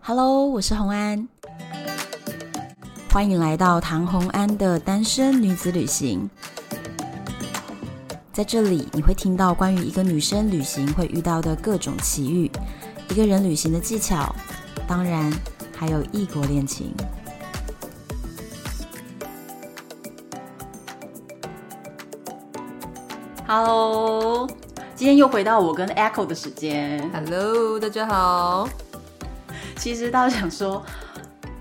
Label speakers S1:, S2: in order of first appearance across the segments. S1: Hello，我是红安，欢迎来到唐红安的单身女子旅行。在这里，你会听到关于一个女生旅行会遇到的各种奇遇，一个人旅行的技巧，当然还有异国恋情。Hello，今天又回到我跟 Echo 的时间。
S2: Hello，大家好。
S1: 其实大家想说，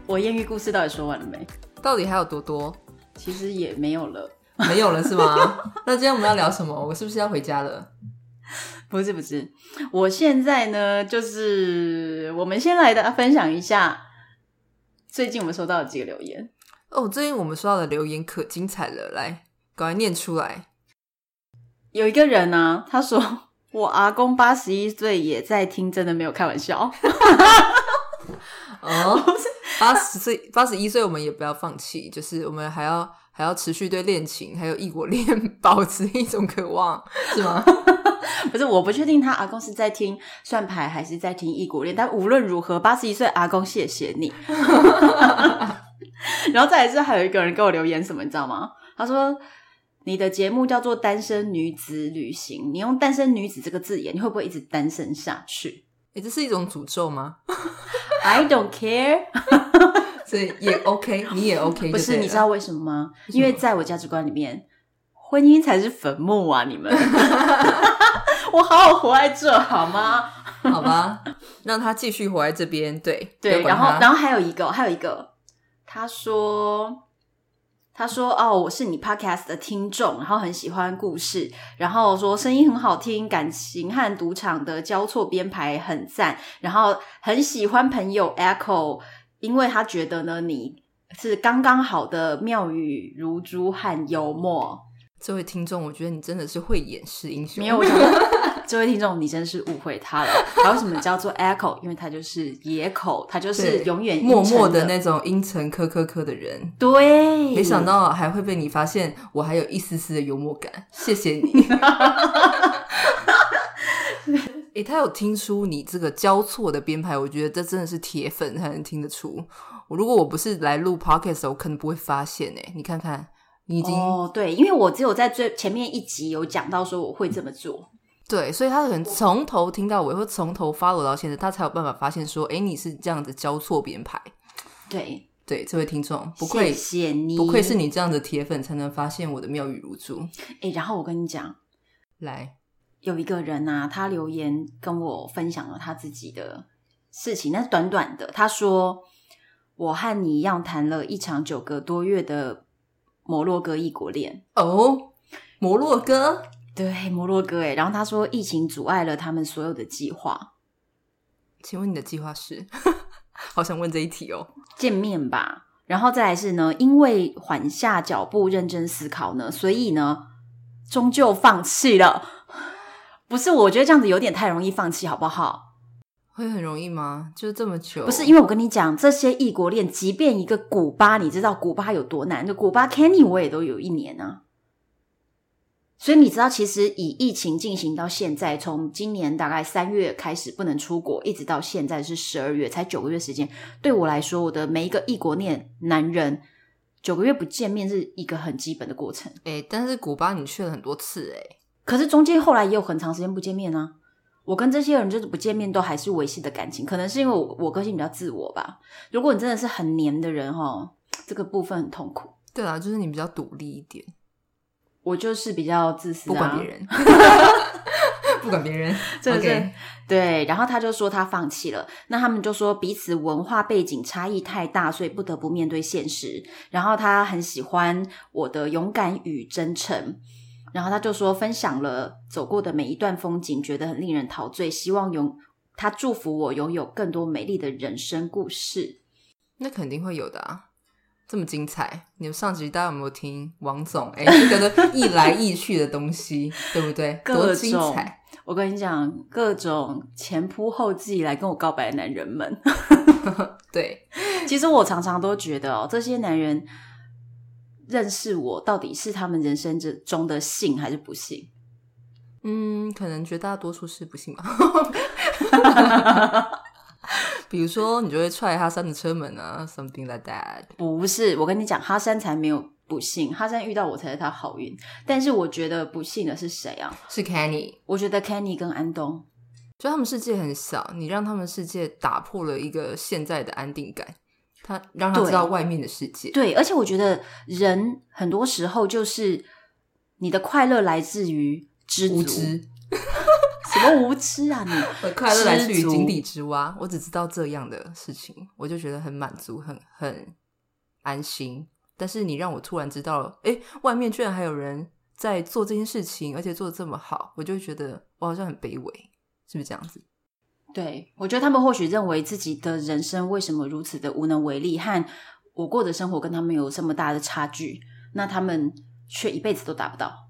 S1: 我艳遇故事到底说完了没？
S2: 到底还有多多？
S1: 其实也没有了。
S2: 没有了是 吗？那今天我们要聊什么？我是不是要回家了？
S1: 不是不是，我现在呢，就是我们先来的分享一下最近我们收到的几个留言。
S2: 哦，最近我们收到的留言可精彩了，来，赶快念出来。
S1: 有一个人呢、他说我阿公八十一岁也在听，真的没有开玩笑。
S2: 哦，八十岁、八十一岁，我们也不要放弃，就是我们还要还要持续对恋情还有异国恋保持一种渴望，是 吗？
S1: 不是，我不确定他阿公是在听算牌还是在听异国恋，但无论如何，八十一岁阿公谢谢你。 然后再来是还有一个人给我留言什么，你知道吗？他说你的节目叫做《单身女子旅行》，你用“单身女子”这个字眼，你会不会一直单身下去
S2: 诶，这是一种诅咒吗？
S1: ？I don't care。
S2: 所以也 OK，你也 OK，
S1: 不，
S2: 就是对
S1: 你知
S2: 了
S1: 道为什么吗？
S2: 为什
S1: 因
S2: 么
S1: 为在我价值观里面，婚姻才是坟墓啊！你们， 我好好活在这好吗？
S2: 好吧？让他继续活在这边，对
S1: 对，然后，然
S2: 后
S1: 后还有一个，还有一个，他说。他说：“哦，我是你 podcast 的听众，然后很喜欢故事，然后说声音很好听，感情和赌场的交错编排很赞，然后很喜欢朋友 Echo，因为他觉得呢你是刚刚好的妙语如珠和幽默。
S2: 这位听众，我觉得你真的是慧眼识英雄，
S1: 没有，我想说 这位听众，你真是误会他了。还有什么叫做 echo？因为他就是野口，他就是
S2: 对
S1: 永远
S2: 默默
S1: 的嗯
S2: 的那种阴沉科科科的人，
S1: 对。
S2: 没想，到还会被你发现，我还有一丝丝的幽默感，谢谢你。 诶、他有听出你这个交错的编排，我觉得这真的是铁粉才能听得出。我如果我不是来录 podcast，的我可能不会发现诶、你看看，你已经、
S1: 哦，对，因为我只有在最前面一集有讲到说我会这么做，
S2: 对，所以他可能从头听到尾，或从头 follow 到现在，他才有办法发现说，诶、你是这样子交错编排。
S1: 对，
S2: 对，这位听众，不愧
S1: 谢谢你，
S2: 不愧是。你这样的铁粉，才能发现我的妙语如珠。
S1: 哎，然后我跟你讲，
S2: 来，
S1: 有一个人呐、他留言跟我分享了他自己的事情，但是短短的，他说：“我和你一样谈了一场九个多月的摩洛哥异国恋。”
S2: 哦，摩洛哥，
S1: 对，摩洛哥诶，然后他说疫情阻碍了他们所有的计划，
S2: 请问你的计划是？ 好想问这一题哦。
S1: 见面吧。然后再来是呢，因为缓下脚步，认真思考呢，所以呢，终究放弃了。 不是，我觉得这样子有点太容易放弃，好不好？
S2: 会很容易吗？就是这么久？
S1: 不是，因为我跟你讲，这些异国恋，即便一个古巴，你知道古巴有多难？就古巴 Kenny 我也都有一年啊。所以你知道，其实以疫情进行到现在，从今年大概三月开始不能出国，一直到现在是十二月，才九个月时间。对我来说，我的每一个异国恋男人，九个月不见面是一个很基本的过程。
S2: 哎、但是古巴你去了很多次哎、
S1: 可是中间后来也有很长时间不见面啊。我跟这些人就是不见面，都还是维系的感情。可能是因为我我个性比较自我吧。如果你真的是很黏的人哦，这个部分很痛苦。
S2: 对啦，就是你比较独立一点，
S1: 我就是比较自私、啊，
S2: 不管别 人，不管别人，
S1: 这个
S2: o
S1: 是
S2: k
S1: 对，然后他就说他放弃了。那他们就说彼此文化背景差异太大，所以不得不面对现实。然后他很喜欢我的勇敢与真诚。然后他就说分享了走过的每一段风景，觉得很令人陶醉。希望拥他祝福我拥有更多美丽的人生故事。
S2: 那肯定会有的啊。这么精彩，你们上集大家有没有听王总？哎、这个都 一来一去的东西，对不对？
S1: 各
S2: 多
S1: 种
S2: 精彩！
S1: 我跟你讲，各种前仆后继来跟我告白的男人们，
S2: 对，
S1: 其实我常常都觉得哦，这些男人认识我，到底是他们人生之中的幸还是不幸？
S2: 嗯，可能绝大多数是不信吧。比如说你就会踹哈桑的车门啊，something like that。
S1: 不是，我跟你讲，哈山才没有不幸，哈山遇到我才是他好运。但是我觉得不幸的是谁啊？
S2: 是 Kenny，
S1: 我觉得 Kenny 跟安东，
S2: 就他们世界很小，你让他们世界打破了一个现在的安定感，他让他
S1: 对
S2: 知道外面的世界。
S1: 对，而且我觉得人很多时候就是你的快乐来自于知足，
S2: 无知，
S1: 什么无知啊你？
S2: 我的快乐来自于
S1: 知足
S2: 井底之蛙。我只知道这样的事情，我就觉得很满足，很很安心。但是你让我突然知道了，哎，外面居然还有人在做这件事情，而且做的这么好，我就会觉得我好像很卑微，是不是这样子？
S1: 对，我觉得他们或许认为自己的人生为什么如此的无能为力，和我过的生活跟他们有这么大的差距，那他们却一辈子都达不到。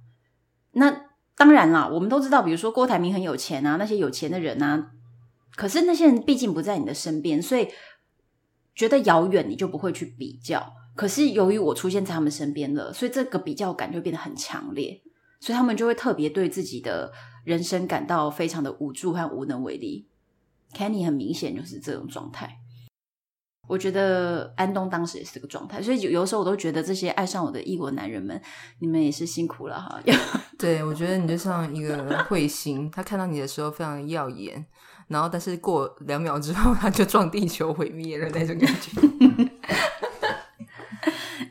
S1: 那当然啦，我们都知道，比如说郭台铭很有钱啊，那些有钱的人啊，可是那些人毕竟不在你的身边，所以觉得遥远，你就不会去比较。可是由于我出现在他们身边了，所以这个比较感就变得很强烈，所以他们就会特别对自己的人生感到非常的无助和无能为力。Kenny 很明显就是这种状态。我觉得安东当时也是这个状态，所以有有时候我都觉得这些爱上我的异国男人们，你们也是辛苦了哈。
S2: 对，我觉得你就像一个彗星， 他看到你的时候非常耀眼，然后但是过两秒之后，他就撞地球毁灭了那种感觉。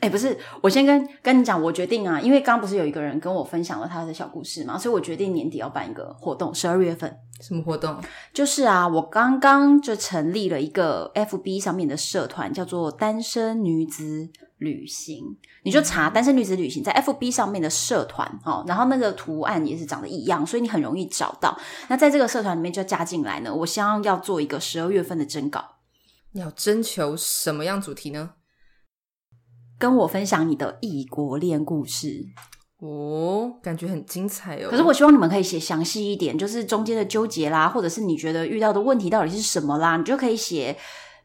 S1: 哎，不是，我先跟跟你讲，我决定啊，因为刚刚不是有一个人跟我分享了他的小故事嘛，所以我决定年底要办一个活动，十二月份。
S2: 什么活动？
S1: 就是啊，我刚刚就成立了一个 FB 上面的社团，叫做“单身女子旅行”。你就查“单身女子旅行”在 FB 上面的社团哦，然后那个图案也是长得一样，所以你很容易找到。那在这个社团里面就加进来呢，我希望要做一个十二月份的征稿，
S2: 要征求什么样主题呢？
S1: 跟我分享你的异国恋故事。
S2: 哦，感觉很精彩哦。
S1: 可是我希望你们可以写详细一点，就是中间的纠结啦，或者是你觉得遇到的问题到底是什么啦，你就可以写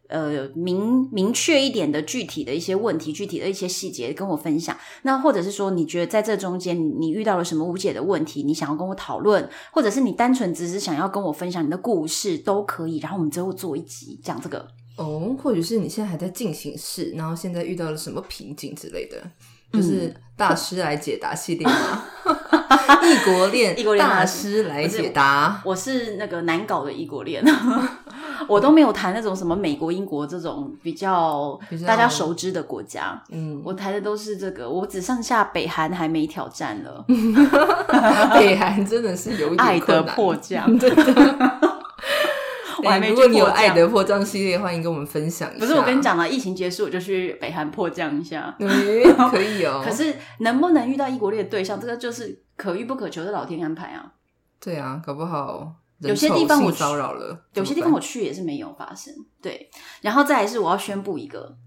S1: 呃明明确一点的具体的一些问题、具体的一些细节跟我分享。那或者是说，你觉得在这中间你你遇到了什么无解的问题，你想要跟我讨论，或者是你单纯只是想要跟我分享你的故事都可以。然后我们之后做一集讲这个。
S2: 哦，或者是你现在还在进行式，然后现在遇到了什么瓶颈之类的，就
S1: 嗯
S2: 是大师来解答系列 吗？异国恋，
S1: 异国恋啊
S2: 大
S1: 大
S2: 师来
S1: 不是
S2: 解答。
S1: 我是那个难搞的异国恋， 我都没有谈那种什么美国、英国这种比较
S2: 比较
S1: 大家熟知的国家。
S2: 嗯，
S1: 我谈的都是这个，我只剩下北韩还没挑战 了，
S2: 北韩真的是有一
S1: 爱
S2: 点
S1: 的
S2: 困难。
S1: 迫降。对 我还没
S2: 哎如果
S1: 去
S2: 你有
S1: 迫
S2: 爱
S1: 降
S2: 的迫降系列，欢迎跟我们分享一下。
S1: 不是我跟你讲了，疫情结束我就去北韩迫降一下。
S2: 嗯，可以哦。
S1: 可是能不能遇到异国恋的对象，这个就是可遇不可求的老天安排啊。
S2: 对啊，搞不好人
S1: 有些
S2: 丑
S1: 地方
S2: 性
S1: 我
S2: 骚扰了，
S1: 有些地
S2: 怎
S1: 方
S2: 么
S1: 我去也是没有发生，对。然后再来是我要宣布一个
S2: 办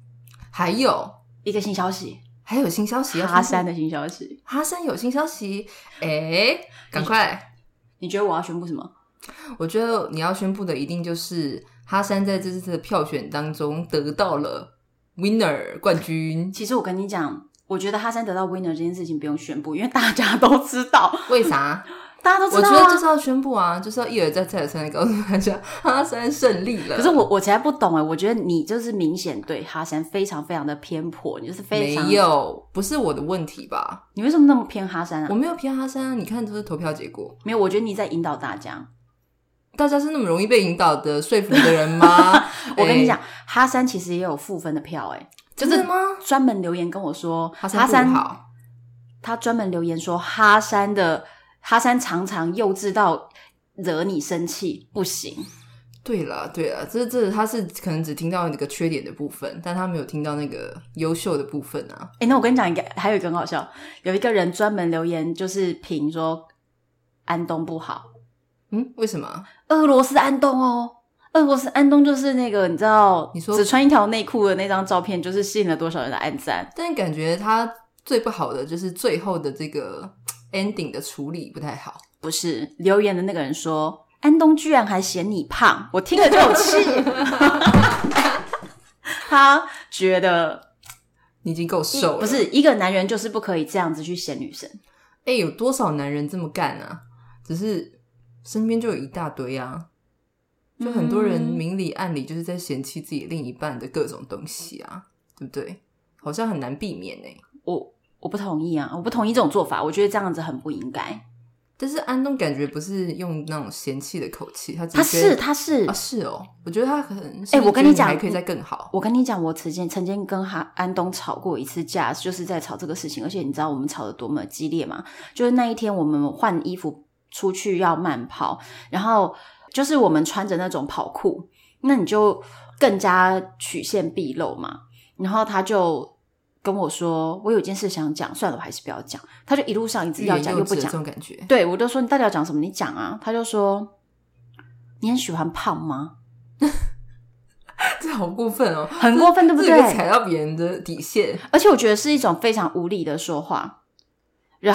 S2: 还有
S1: 一个新消息，
S2: 还有新消息要
S1: 哈
S2: 宣
S1: 山
S2: 布
S1: 的新消息。
S2: 哈山有新消息，哎， 赶快！
S1: 你觉得我要宣布什么？
S2: 我觉得你要宣布的一定就是哈山在这次的票选当中得到了 winner 冠军，
S1: 其实我跟你讲，我觉得哈山得到 winner 这件事情不用宣布，因为大家都知道，
S2: 为啥？
S1: 大家都
S2: 我
S1: 知道、
S2: 觉
S1: 啊。
S2: 得就是要宣布啊，就是要一而再再而三的告诉大家哈山胜利了。
S1: 可是我我才不懂哎，我觉得你就是明显对哈山非常非常的偏颇，你就是非
S2: 没
S1: 常，
S2: 有，不是我的问题吧？
S1: 你为什么那么偏哈山
S2: 我
S1: 啊？
S2: 没有偏哈山啊，你看这是投票结果，
S1: 没有，我觉得你在引导大家。？
S2: 大家是那么容易被引导的说服的人吗
S1: 我跟
S2: 哎
S1: 你讲，，哈山其实也有负分的票哎，
S2: 真的吗？
S1: 专门留言跟我说
S2: 哈山不好，
S1: 他专门留言说哈山的哈山常常幼稚到惹你生气，不行。
S2: 对了，对了，这这他是可能只听到那个缺点的部分，但他没有听到那个优秀的部分啊。
S1: 哎、那我跟你讲一个，还有一个很好笑，有一个人专门留言就是评说安东不好，
S2: 嗯，为什么？
S1: 俄罗斯安东哦，俄罗斯安东就是那个你知道，
S2: 你说
S1: 只穿一条内裤的那张照片，就是吸引了多少人的暗赞？
S2: 但感觉他最不好的就是最后的这个 ending 的处理不太好。
S1: 不是留言的那个人说，安东居然还嫌你胖，我听了就有气。 他觉得
S2: 你已经够瘦了，
S1: 嗯不？是一个男人就是不可以这样子去嫌女生，
S2: 哎、有多少男人这么干啊？只是身边就有一大堆啊。就很多人
S1: 嗯
S2: 明里暗里就是在嫌弃自己另一半的各种东西啊，对不对？好像很难避免呢、欸
S1: 我我不同意啊，我不同意这种做法，我觉得这样子很不应该。
S2: 但是安东感觉不是用那种嫌弃的口气，他只
S1: 他是
S2: 觉得
S1: 他是
S2: 啊，是哦，我觉得他很
S1: 哎我跟你讲
S2: 还可以再更好。
S1: 我跟你讲，我曾经曾经跟哈安东吵过一次架，就是在吵这个事情，而且你知道我们吵得多么激烈吗？就是那一天我们换衣服出去要慢跑，然后就是我们穿着那种跑裤，那你就更加曲线毕露嘛。然后他就跟我说：“我有件事想讲，算了，我还是不要讲。”他就一路上一直
S2: 欲
S1: 要
S2: 言
S1: 讲
S2: 又
S1: 又
S2: 止
S1: 不
S2: 的
S1: 讲
S2: 这，种感觉，
S1: 对我就说你到底要讲什么？你讲啊！他就说你很喜欢胖吗？
S2: 这好过分哦，
S1: 很过分，对不
S2: 这这个
S1: 对？
S2: 踩到别人的底线，
S1: 而且我觉得是一种非常无理的说话。然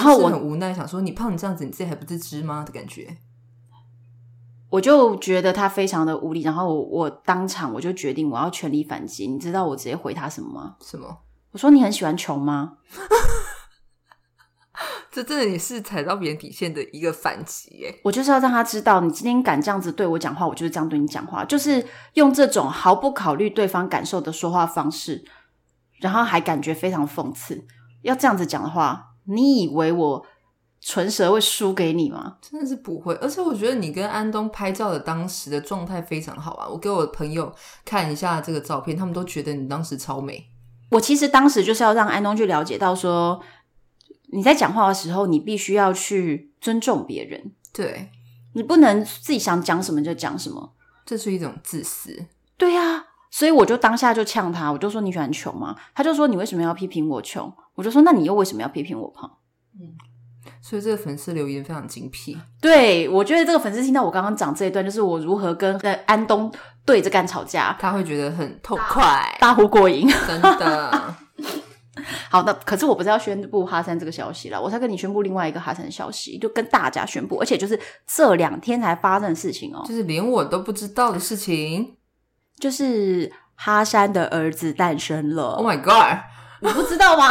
S2: 然
S1: 后
S2: 很
S1: 哦我
S2: 无奈，想说你胖成这样子，你自己还不自知吗的感觉。
S1: 我就觉得他非常的无理，然后我我当场我就决定我要全力反击。你知道我直接回他什么吗？
S2: 什么？
S1: 我说你很喜欢穷吗？
S2: 这真的也是踩到别人底线的一个反击耶！
S1: 我就是要让他知道，你今天敢这样子对我讲话，我就是这样对你讲话，就是用这种毫不考虑对方感受的说话方式，然后还感觉非常讽刺。要这样子讲的话，你以为我唇舌会输给你吗？
S2: 真的是不会，而且我觉得你跟安东拍照的当时的状态非常好啊！我给我朋友看一下这个照片，他们都觉得你当时超美。
S1: 我其实当时就是要让安东去了解到说，你在讲话的时候，你必须要去尊重别人，
S2: 对，
S1: 你不能自己想讲什么就讲什么。
S2: 这是一种自私。
S1: 对啊呀、所以我就当下就呛他，我就说你喜欢穷吗？他就说你为什么要批评我穷？我就说那你又为什么要批评我胖？
S2: 所以这个粉丝留言非常精 辟，
S1: 对我觉得这个粉丝听到我刚刚讲这一段，就是我如何跟呃安东对着干吵架，
S2: 他会觉得很痛快，
S1: 大呼过瘾。
S2: 真的。
S1: 好，那可是我不是要宣布哈三这个消息了，我是要跟你宣布另外一个哈三的消息，就跟大家宣布，而且就是这两天才发生的事情哦，
S2: 就是连我都不知道的事情。
S1: 就是哈山的儿子诞生了
S2: Oh my god！
S1: 你不知道吗？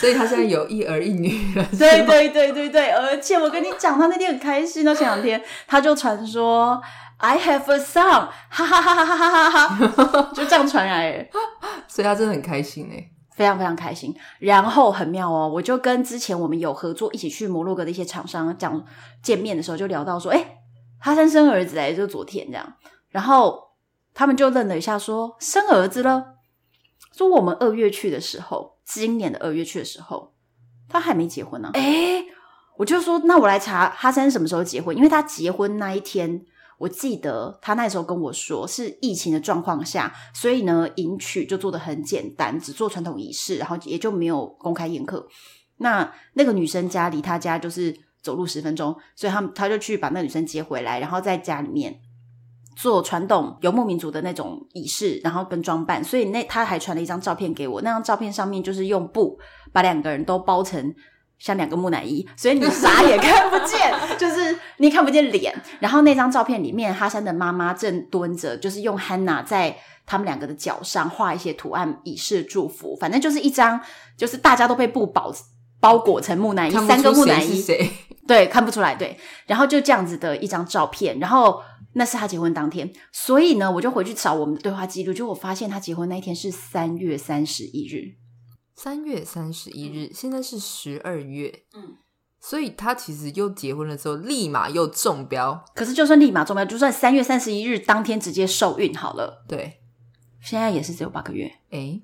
S2: 所以他现在有一儿一女了，
S1: 对
S2: 是吗
S1: 对对对对，而且我跟你讲，他那天很开心哦，前两天他就传说 I have a son，哈哈哈哈哈哈哈哈，就这样传来了。
S2: 所以他真的很开心哎。
S1: 非常非常开心。然后很妙哦，我就跟之前我们有合作一起去摩洛哥的一些厂商讲见面的时候，就聊到说，哎，哈三生儿子哎，就昨天这样。然后他们就愣了一下说，生儿子了。说我们二月去的时候，今年的二月去的时候，他还没结婚呢、哎，我就说那我来查哈三什么时候结婚，因为他结婚那一天。我记得他那时候跟我说，是疫情的状况下，所以呢，迎娶就做的很简单，只做传统仪式，然后也就没有公开宴客。那那个女生家离他家就是走路十分钟，所以他们他就去把那个女生接回来，然后在家里面做传统游牧民族的那种仪式，然后跟装扮。所以那他还传了一张照片给我，那张照片上面就是用布把两个人都包成。像两个木乃伊，所以你啥也看不 见，就是你也看不见脸。然后那张照片里面，哈山的妈妈正蹲着，就是用 Hanna 在他们两个的脚上画一些图案以示祝福。反正就是一张，就是大家都被布包包裹成木乃伊，
S2: 看
S1: 三个
S2: 不
S1: 木
S2: 出
S1: 乃
S2: 谁是
S1: 伊，
S2: 谁，
S1: 对，看不出来，对。然后就这样子的一张照片，然后那是他结婚当天，所以呢，我就回去找我们的对话记录，结果我发现他结婚那一天是三月三十一日。
S2: 三月三十一日，现在是十二月，
S1: 嗯，
S2: 所以他其实又结婚了之后，立马又中标，
S1: 可是就算立马中标，就算三月三十一日当天直接受孕好了，
S2: 对，
S1: 现在也是只有八个月，
S2: 哎，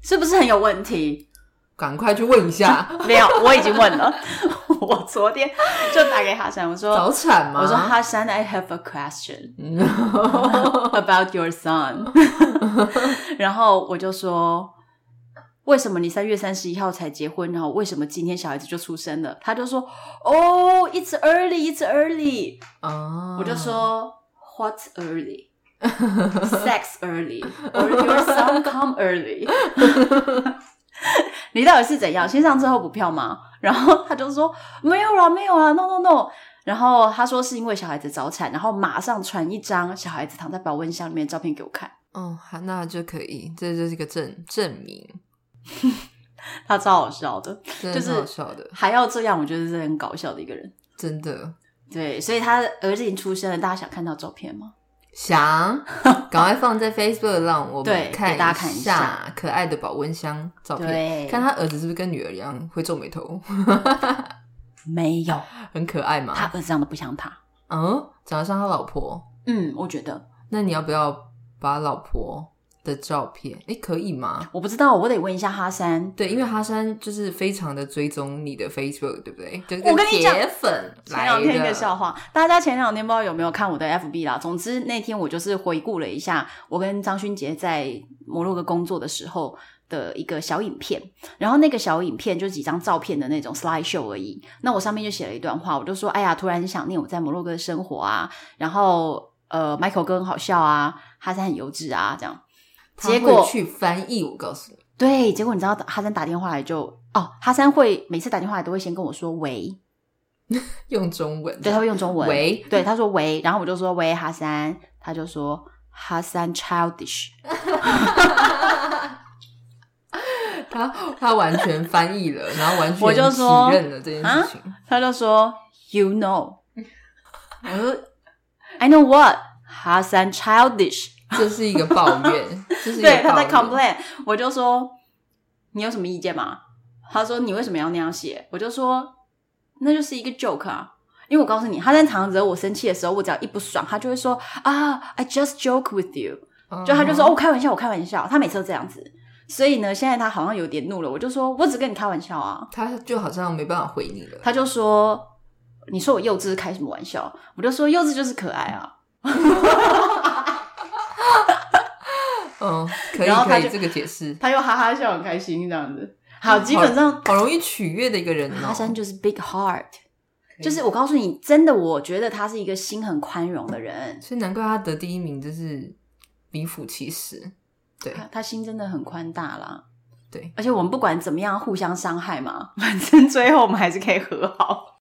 S1: 是不是很有问 题？
S2: 赶快去问一 下，
S1: 没有，我已经问了， 我昨天就打给哈山，我说
S2: 早产吗？
S1: 我说哈山，I have a question。
S2: 嗯
S1: about your son 。 然后我就说，为什么你三月三十一号才结婚？然后为什么今天小孩子就出生了？他就说，哦、i t s early，it's early。
S2: 啊，
S1: 我就说，What's early？Sex early or your son come early 。你到底是怎样？先上车后补票吗？然后他就说没有啦，没有啦，no no no。然后他说是因为小孩子早产，然后马上传一张小孩子躺在保温箱里面的照片给我看，
S2: 哦，好那就可以，这就是一个证证明，
S1: 他超好笑的，
S2: 真
S1: 就
S2: 的
S1: 是
S2: 很好笑的，
S1: 还要这样，我觉得是很搞笑的一个人。
S2: 真的。
S1: 对，所以他的儿子已经出生了，大家想看到照片吗？
S2: 想赶快放在 Facebook 让我
S1: 对
S2: 们看
S1: 给大家看一
S2: 下可爱的保温箱照片，
S1: 对，
S2: 看他儿子是不是跟女儿一样会皱眉头，
S1: 没有，
S2: 很可爱嘛
S1: 他。儿子长得不像他。
S2: 嗯，长得像他老婆，
S1: 嗯，我觉得
S2: 那你要不要把老婆的照片？哎，可以吗？
S1: 我不知道，我得问一下哈三。
S2: 对，因为哈山就是非常的追踪你的 Facebook，对不对？就是
S1: 我跟你讲
S2: 铁粉
S1: 前
S2: 来
S1: 两天一个
S2: 的
S1: 笑话，大家前两天不知道有没有看我的 FB 啦。总之那天我就是回顾了一下我跟张勋杰在摩洛哥工作的时候的一个小影片，然后那个小影片就几张照片的那种 slide show 而已。那我上面就写了一段话，我就说：“哎呀，突然很想念我在摩洛哥的生活啊。”然后呃，Michael 哥很好笑啊，哈三很幼稚啊，这样。
S2: 他
S1: 结
S2: 会
S1: 果
S2: 去翻译，我告诉你，
S1: 对，结果你知道哈三打电话来就哦，哈三会每次打电话来都会先跟我说喂，
S2: 用中文，
S1: 对，他会用中文，
S2: 喂，
S1: 对，他说喂，然后我就说喂哈三，他就说哈三 childish，
S2: 他他完全翻译了，然后完全
S1: 我就说啊
S2: 承认了这件事情。
S1: 他就说 you know，我说 I know what 哈三 childish，
S2: 这是一个抱 怨，这是一个
S1: 对，他在
S2: 抱怨
S1: complain，我就说你有什么意见吗？他说你为什么要那样写？我就说那就是一个 joke 啊，因为我告诉你，他在常常惹我生气的时候，我只要一不爽，他就会说啊，I just joke with you，就他就
S2: 嗯
S1: 说、哦，我开玩笑，我开玩笑，他每次都这样子。所以呢，现在他好像有点怒了，我就说我只跟你开玩笑啊，
S2: 他就好像没办法回你了。
S1: 他就说你说我幼稚是开什么玩笑？我就说幼稚就是可爱啊，
S2: 嗯，可以
S1: 然后他
S2: 可
S1: 就
S2: 以，这个解释，
S1: 他又哈哈笑，很开心这样子。好，
S2: 嗯
S1: 基本上
S2: 好容易取悦的一个人哦。
S1: 哈山就是 big heart，就是我告诉你，真的，我觉得他是一个心很宽容的人，
S2: 所以难怪他得第一名，就是名副其实。 对
S1: 他他心真的很宽大啦。
S2: 对，
S1: 而且我们不管怎么样互相伤害嘛， 反正最后我们还是可以和好。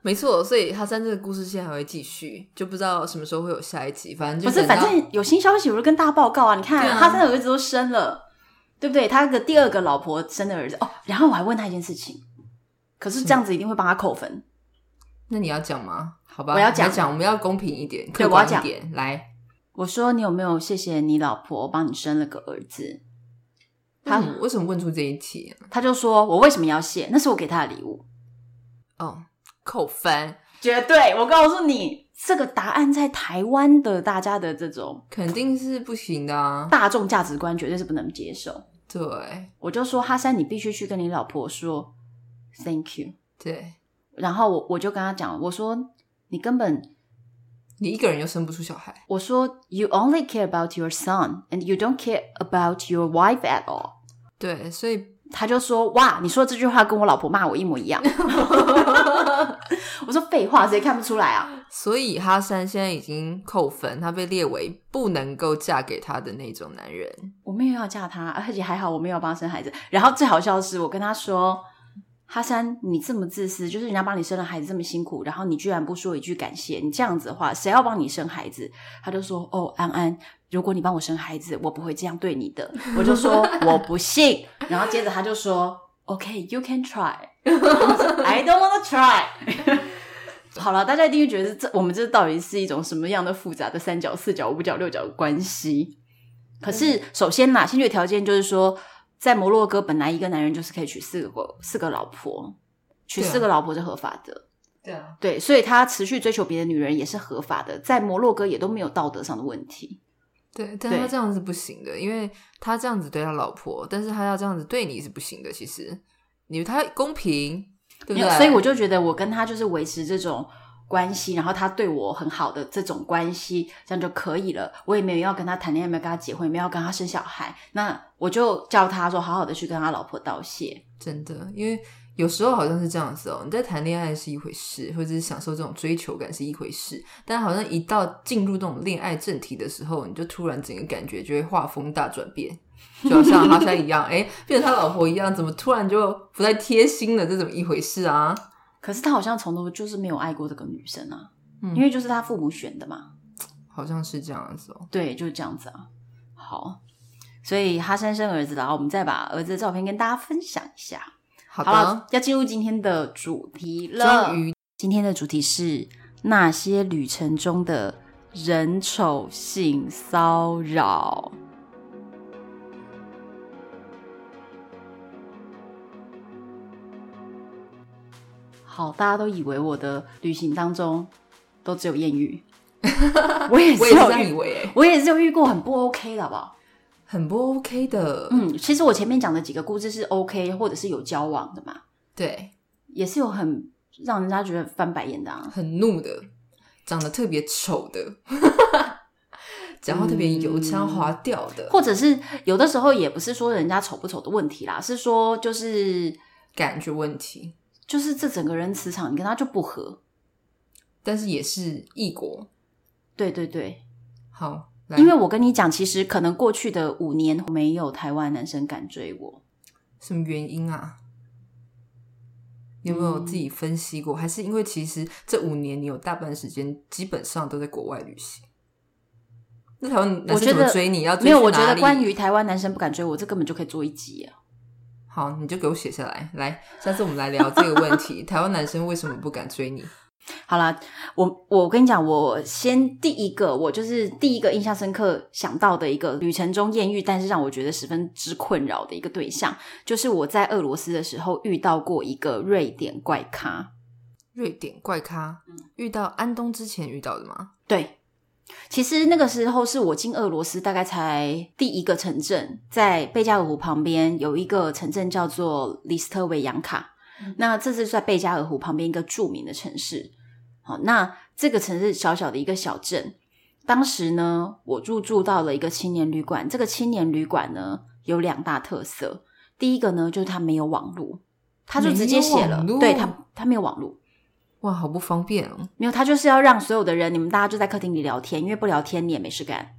S2: 没错，所以哈三这个故事线还会继续，就不知道什么时候会有下一集。反正就
S1: 不是，
S2: 等到
S1: 反正有新消息我就跟大家报告啊！你看，
S2: 对啊
S1: 哈山的儿子都生了，对不对？他的第二个老婆生的儿子哦，然后我还问他一件事情，可是这样子一定会帮他扣分。
S2: 那你要讲吗？好吧，
S1: 我要讲
S2: 你讲，我们要公平一点，
S1: 对
S2: 客观
S1: 我要
S2: 一点。来，
S1: 我说你有没有谢谢你老婆帮你生了个儿子？
S2: 他、
S1: 他
S2: 嗯、为什么问出这一题、啊？
S1: 他就说我为什么要谢？那是我给他的礼物。
S2: 哦，扣分，
S1: 绝对，我告诉你，这个答案在台湾的大家的这种
S2: 肯定是不行的啊。
S1: 大众价值观绝对是不能接受。
S2: 对
S1: 我就说哈山，你必须去跟你老婆说 thank you。
S2: 对，
S1: 然后我我就跟他讲，我说你根本，
S2: 你一个人又生不出小孩，
S1: 我说 you only care about your son and you don't care about your wife at all。
S2: 对，所以
S1: 他就说哇，你说这句话跟我老婆骂我一模一样。我说废话，谁看不出来啊？
S2: 所以哈三现在已经扣分，他被列为不能够嫁给他的那种男人。
S1: 我没有要嫁他，而且还好我没有帮他生孩子。然后最好笑的是，我跟他说：“哈山，你这么自私，就是人家帮你生了孩子这么辛苦，然后你居然不说一句感谢，你这样子的话，谁要帮你生孩子？”他就说：“哦，安安，如果你帮我生孩子，我不会这样对你的。”我就说：“我不信。”然后接着他就说：“OK，you、can try。” I don't want to try 。 好了，大家一定会觉得这我们这到底是一种什么样的复杂的三角、四角、五角、六角的关系？可
S2: 嗯
S1: 是首先啦，先决条件就是说，在摩洛哥本来一个男人就是可以娶四个四个老婆，娶
S2: 对啊
S1: 四个老婆是合法的。
S2: 对啊，
S1: 对，所以他持续追求别的女人也是合法的，在摩洛哥也都没有道德上的问题。
S2: 对，但他
S1: 对
S2: 这样是不行的，因为他这样子对他老婆，但是他要这样子对你是不行的。其实你他公平，对不
S1: 没有
S2: 对？
S1: 所以我就觉得我跟他就是维持这种关系，然后他对我很好的这种关系，这样就可以了。我也没有要跟他谈恋爱，没有跟他结婚，也没有要跟他生小孩。那我就叫他说好好的去跟他老婆道谢。
S2: 真的，因为有时候好像是这样子哦，你在谈恋爱是一回事，或者是享受这种追求感是一回事，但好像一到进入这种恋爱正题的时候，你就突然整个感觉就会画风大转变，就好像哈山一样，哎、 变成他老婆一样，怎么突然就不再贴心了？这怎么一回事啊？
S1: 可是他好像从头就是没有爱过这个女生啊，
S2: 嗯
S1: 因为就是他父母选的嘛。
S2: 好像是这样子哦。
S1: 对，就是这样子啊。好，所以哈山生儿子了，然后我们再把儿子的照片跟大家分享一下。
S2: 好
S1: 好
S2: 的
S1: 了，，要进入今天的主题了。
S2: 终于
S1: 今天的主题是那些旅程中的人丑性骚扰。好，大家都以为我的旅行当中都只有艳 遇，我也
S2: 我也
S1: 是
S2: 是
S1: 有
S2: 这样以
S1: 遇，
S2: 为、欸，
S1: 我也是有遇过很不 OK 的，好不好？
S2: 很不 OK 的。，
S1: 嗯，其实我前面讲的几个故事是 OK 或者是有交往的嘛，
S2: 对，
S1: 也是有很让人家觉得翻白眼的啊。
S2: 很怒的，长得特别丑的， 讲话特
S1: 嗯
S2: 别油腔滑调的，
S1: 或者是有的时候也不是说人家丑不丑的问题啦，是说就是
S2: 感觉问题，
S1: 就是这整个人磁场你跟他就不合。
S2: 但是也是异国。
S1: 对对对，
S2: 好，来
S1: 因为我跟你讲，其实可能过去的五年没有台湾男生敢追我，
S2: 什么原因啊？你有没有自己分析过？还是因为其实这五年你有大半时间基本上都在国外旅行？那台湾男
S1: 我
S2: 生
S1: 觉
S2: 怎么
S1: 得
S2: 追你要追
S1: 没有。
S2: 去
S1: 我觉
S2: 哪
S1: 得
S2: 里
S1: 关于台湾男生不敢追我，这根本就可以做一集啊。
S2: 好，你就给我写下来。来，下次我们来聊这个问 题：台湾男生为什么不敢追你？
S1: 好啦，我我跟你讲，我先第一个，我就是第一个印象深刻想到的一个旅程中艳遇，但是让我觉得十分之困扰的一个对象，就是我在俄罗斯的时候遇到过一个瑞典怪咖。
S2: 瑞典怪咖
S1: 嗯
S2: 遇到安东之前遇到的吗？
S1: 对，其实那个时候是我进俄罗斯大概才第一个城镇，在贝加尔湖旁边有一个城镇叫做里斯特维扬卡，
S2: 嗯
S1: 那这是在贝加尔湖旁边一个著名的城市。好，那这个城市小小的一个小镇，当时呢，我入住到了一个青年旅馆。这个青年旅馆呢，有两大特色，第一个呢，就是它没有网络，它就直接写了
S2: 没有网，络
S1: 对它它没有网络。
S2: 哇，好不方便哦！
S1: 没有，他就是要让所有的人，你们大家就在客厅里聊天，因为不聊天你也没事干，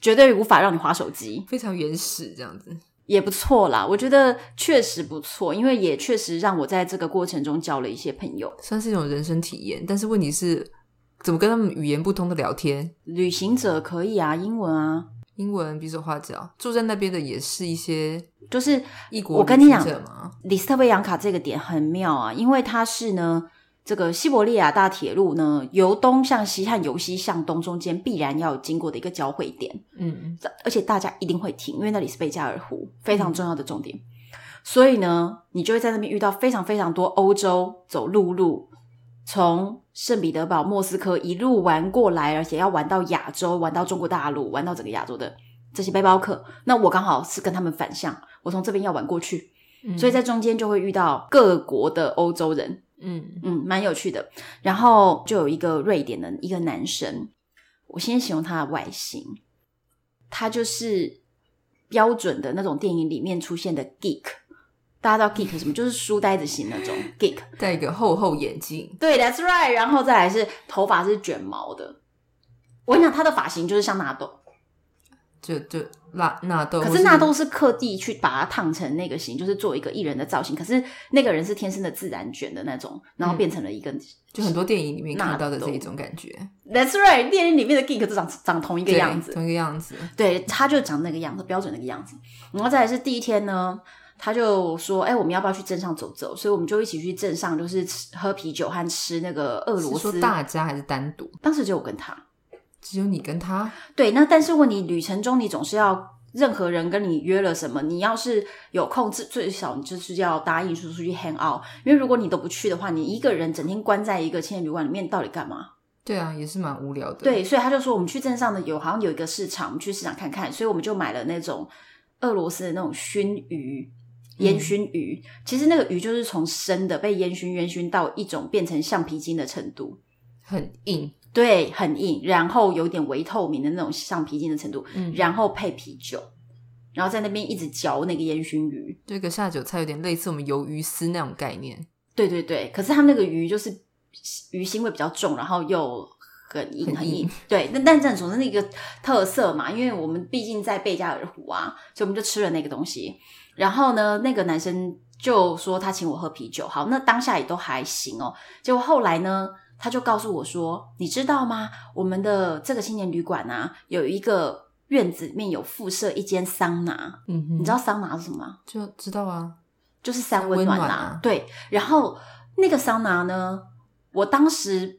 S1: 绝对无法让你划手机，
S2: 非常原始这样子。
S1: 也不错啦。我觉得确实不错，因为也确实让我在这个过程中交了一些朋友。
S2: 算是一种人生体验。但是问题是，怎么跟他们语言不通的聊天？
S1: 旅行者可以啊，英文啊，
S2: 英文比手画脚，住在那边的也是一些
S1: 就是
S2: 异国
S1: 我跟你
S2: 旅行
S1: 讲
S2: 者嘛，
S1: 里斯特维扬卡这个点很妙啊，因为它是呢，这个西伯利亚大铁路呢，由东向西和由西向东中间必然要经过的一个交汇点。
S2: 嗯，
S1: 而且大家一定会听，因为那里是贝加尔湖，非常重要的重点。所以呢，你就会在那边遇到非常非常多欧洲走陆路，从圣彼得堡、莫斯科一路玩过来，而且要玩到亚洲，玩到中国大陆，玩到整个亚洲的这些背包客。那我刚好是跟他们反向，我从这边要玩过去，
S2: 嗯
S1: 所以在中间就会遇到各国的欧洲人，
S2: 嗯，
S1: 嗯，蛮有趣的。然后就有一个瑞典的一个男生，我先形容他的外形，他就是标准的那种电影里面出现的 geek，大家知道 geek 是什么？就是书呆子型那种 geek。
S2: 戴一个厚厚眼镜，
S1: 对，That's right。然后再来是头发是卷毛的，我跟你讲，他的发型就是像纳豆，
S2: 就就纳纳豆，
S1: 可
S2: 或
S1: 是纳豆是刻地去把它烫成那个型，就是做一个艺人的造型。可是那个人是天生的自然卷的那种，然后变成了一个。
S2: 就很多电影里面看到的
S1: 纳豆
S2: 这一种感觉，
S1: That's right，电影里面的 geek 都长长同一个
S2: 对
S1: 样子，
S2: 同一个样子，
S1: 对，他就长那个样子，标准那个样子。然后再来是第一天呢，他就说：“哎、我们要不要去镇上走走？”所以我们就一起去镇上，就是吃喝啤酒和吃那个俄罗
S2: 是说
S1: 斯。
S2: 大家还是单独？
S1: 当时就有跟他
S2: 只有你跟他，
S1: 对，那但是问你旅程中你总是要任何人跟你约了什么，你要是有空，最最少你就是要答应说出去 hang out，因为如果你都不去的话，你一个人整天关在一个青年旅馆里面，到底干嘛？
S2: 对啊，也是蛮无聊的。
S1: 对，所以他就说我们去镇上的有好像有一个市场，我们去市场看看，所以我们就买了那种俄罗斯的那种熏鱼。
S2: 嗯
S1: 烟熏鱼，其实那个鱼就是从生的被烟熏烟熏到一种变成橡皮筋的程度，
S2: 很硬，
S1: 对，很硬，然后有点微透明的那种橡皮筋的程度，
S2: 嗯
S1: 然后配啤酒，然后在那边一直嚼那个烟熏鱼，
S2: 这个下酒菜有点类似我们鱿鱼丝那种概念，
S1: 对对对，可是他们那个鱼就是鱼腥味比较重，然后又很硬
S2: 很
S1: 很
S2: 硬
S1: 硬。对，那但这总是那个特色嘛，因为我们毕竟在贝加尔湖啊，所以我们就吃了那个东西。然后呢，那个男生就说他请我喝啤酒，好，那当下也都还行哦。结果后来呢，他就告诉我说，你知道吗？我们的这个青年旅馆啊，有一个院子里面有附设一间桑拿，
S2: 嗯哼，
S1: 你知道桑拿是什么吗？
S2: 就知道啊，
S1: 就是三温暖
S2: 三温
S1: 啦、
S2: 暖啊
S1: 对，然后那个桑拿呢，我当时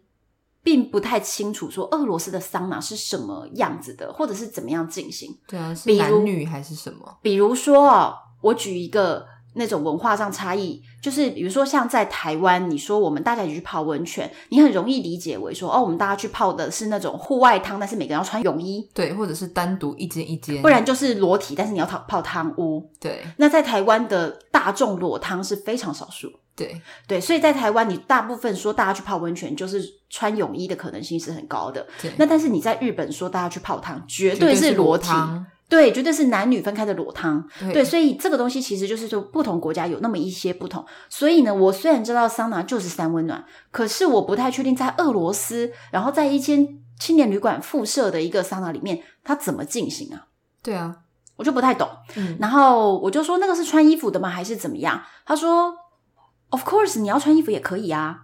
S1: 并不太清楚说俄罗斯的桑拿是什么样子的，或者是怎么样进行。
S2: 对啊，是
S1: 比如
S2: 男女还是什么？
S1: 比如说哦，我举一个那种文化上差异，就是比如说像在台湾，你说我们大家一起去泡温泉，你很容易理解为说哦，我们大家去泡的是那种户外汤，但是每个人要穿泳衣，
S2: 对，或者是单独一间一间，
S1: 不然就是裸体，但是你要泡泡汤屋。
S2: 对
S1: 那在台湾的大众裸汤是非常少数，
S2: 对
S1: 对，所以在台湾，你大部分说大家去泡温泉，就是穿泳衣的可能性是很高的。
S2: 对，
S1: 那但是你在日本说大家去泡汤，绝
S2: 绝
S1: 对
S2: 是
S1: 是裸体，
S2: 汤，
S1: 对，绝对是男女分开的裸汤。对，
S2: 对
S1: 所以这个东西其实就是说不同国家有那么一些不同。所以呢，我虽然知道桑拿就是三温暖，可是我不太确定在俄罗斯，然后在一间青年旅馆附设的一个桑拿里面，它怎么进行啊？
S2: 对啊，
S1: 我就不太懂。
S2: 嗯，
S1: 然后我就说那个是穿衣服的吗？还是怎么样？他说，Of course，你要穿衣服也可以啊，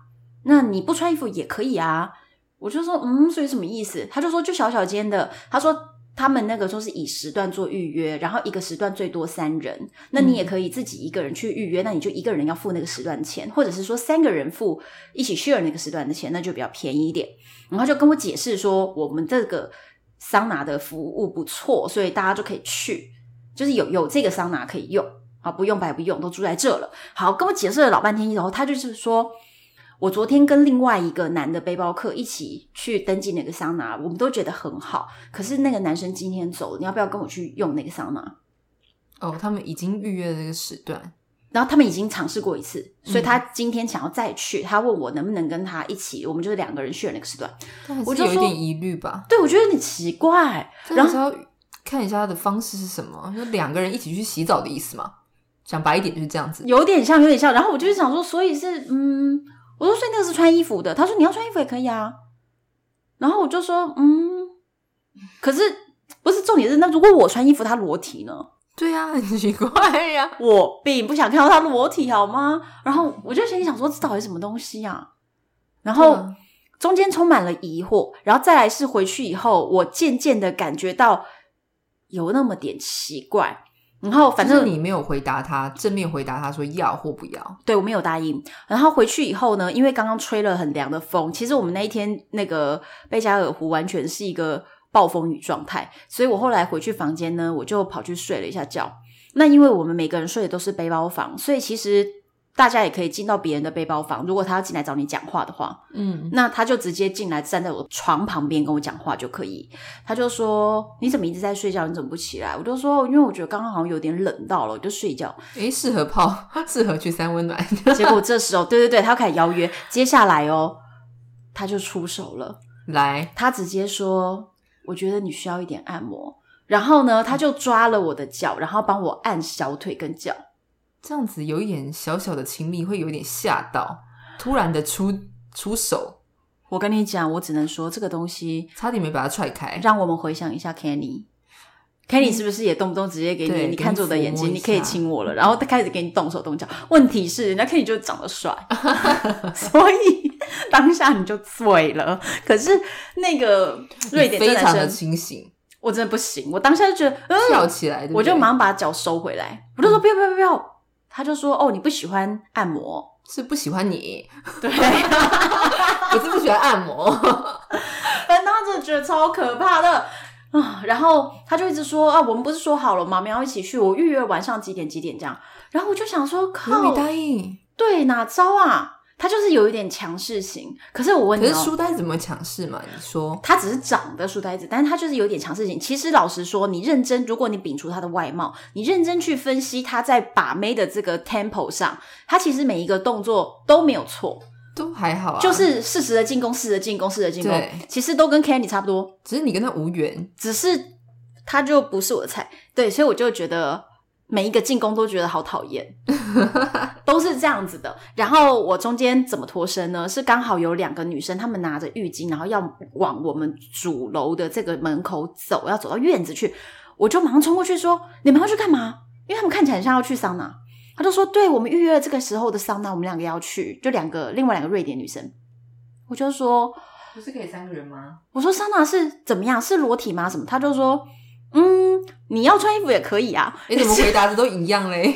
S1: 那你不穿衣服也可以啊。我就说，嗯，所以什么意思？他就说就小小间的，他说。他们那个说是以时段做预约，然后一个时段最多三人，那你也可以自己一个人去预约，那你就一个人要付那个时段钱，或者是说三个人付一起 share 那个时段的钱，那就比较便宜一点。然后就跟我解释说，我们这个桑拿的服务不错，所以大家就可以去，就是有有这个桑拿可以用啊，不用白不用，都住在这了。好，跟我解释了老半天，然后他就是说。我昨天跟另外一个男的背包客一起去登记那个桑拿，我们都觉得很好。可是那个男生今天走了，你要不要跟我去用那个桑拿？
S2: 哦，他们已经预约了这个时段，
S1: 然后他们已经尝试过一次，所以他今天想要再去，他问我能不能跟他一起，我们就是两个人去了那个时段。
S2: 但还
S1: 我
S2: 是
S1: 就
S2: 有一
S1: 说
S2: 点疑虑吧。
S1: 对，我觉得有点奇怪。
S2: 这
S1: 然
S2: 还是要看一下他的方式是什么，就两个人一起去洗澡的意思嘛。讲白一点就是这样子，
S1: 有点像，有点像。然后我就想说，所以是嗯，我说所以那个是穿衣服的，他说你要穿衣服也可以啊。然后我就说嗯，可是不是重点是，那如果我穿衣服他裸体呢？
S2: 对呀、 很奇怪呀、
S1: 我并不想看到他裸体好吗？然后我就心里想说，这到底什么东西啊？然后。
S2: 嗯
S1: 中间充满了疑惑，然后再来是回去以后，我渐渐的感觉到有那么点奇怪，然后反
S2: 反正
S1: 正
S2: 你没有回答他，正面回答他说要或不要。
S1: 对我没有答应。然后回去以后呢，因为刚刚吹了很凉的风，其实我们那一天那个贝加尔湖完全是一个暴风雨状态，所以我后来回去房间呢，我就跑去睡了一下觉。那因为我们每个人睡的都是背包房，所以其实大家也可以进到别人的背包房，如果他要进来找你讲话的话，
S2: 嗯，
S1: 那他就直接进来站在我床旁边跟我讲话就可以。他就说：“你怎么一直在睡觉？你怎么不起来？”我就说：“哦因为我觉得刚刚好像有点冷到了，我就睡觉。”
S2: 诶，适合泡， 适合去三温暖。
S1: 结果这时候，对对对，他开始邀约。接下来哦，他就出手了，
S2: 来，
S1: 他直接说：“我觉得你需要一点按摩。”然后呢，他就抓了我的脚，然后帮我按小腿跟脚。
S2: 这样子有一点小小的亲密，会有一点吓到，突然的出出手，
S1: 我跟你讲，我只能说这个东西
S2: 差点没把他踹开。
S1: 让我们回想一下 Kenny。Kenny 是不是也动不动直接给你？
S2: 对
S1: 你看着我的眼睛，
S2: 给
S1: 你
S2: 你抚
S1: 可
S2: 摸一下
S1: 以亲我了，然后他开始给你动手动脚。问题是，人家 Kenny 就是长得 帅，所以当下你就醉了。可是那个
S2: 你
S1: 瑞典这
S2: 非
S1: 男
S2: 常的
S1: 生，
S2: 清醒，
S1: 我真的不行，我当下就觉得，
S2: 跳
S1: 嗯，
S2: 起来，对不对
S1: 我就马上把脚收回来，我就说不要不要不要，他就说哦你不喜欢按摩，
S2: 是不喜欢你，
S1: 对，反
S2: 我是不喜欢按 摩。
S1: 正当时觉得超可怕的。啊，然后他就一直说啊，我们不是说好了吗？我们要一起去，我预约晚上几点几点这样。然后我就想说，
S2: 你又
S1: 靠
S2: 没，答应，
S1: 对哪招啊？他就是有一点强势型。可是我问
S2: 可
S1: 你、
S2: 是
S1: 哦，
S2: 书呆怎么强势嘛？你说，
S1: 他只是长得书呆子，但是他就是有点强势型。其实老实说，你认真，如果你摒除他的外貌，你认真去分析他在把妹的这个 tempo 上，他其实每一个动作都没有错，
S2: 都还好啊，
S1: 就是适时的进攻，适时的进攻，适时的进攻
S2: 对，
S1: 其实都跟 Candy 差不多，
S2: 只是你跟他无缘，
S1: 只是他就不是我的菜。对，所以我就觉得每一个进攻都觉得好讨厌，都是这样子的。然后我中间怎么脱身呢？是刚好有两个女生，她们拿着浴巾，然后要往我们主楼的这个门口走，要走到院子去，我就马上冲过去说：“你们要去干嘛？”因为他们看起来很像要去桑拿。他就说：“对，我们预约了这个时候的桑拿，我们两个要去，就两个另外两个瑞典女生。”我就说：“
S2: 不是可以三个人吗？
S1: 我说桑拿是怎么样？是裸体吗？什么？他就说，嗯，你要穿衣服也可以啊。
S2: 哎你怎么回答的都一样嘞？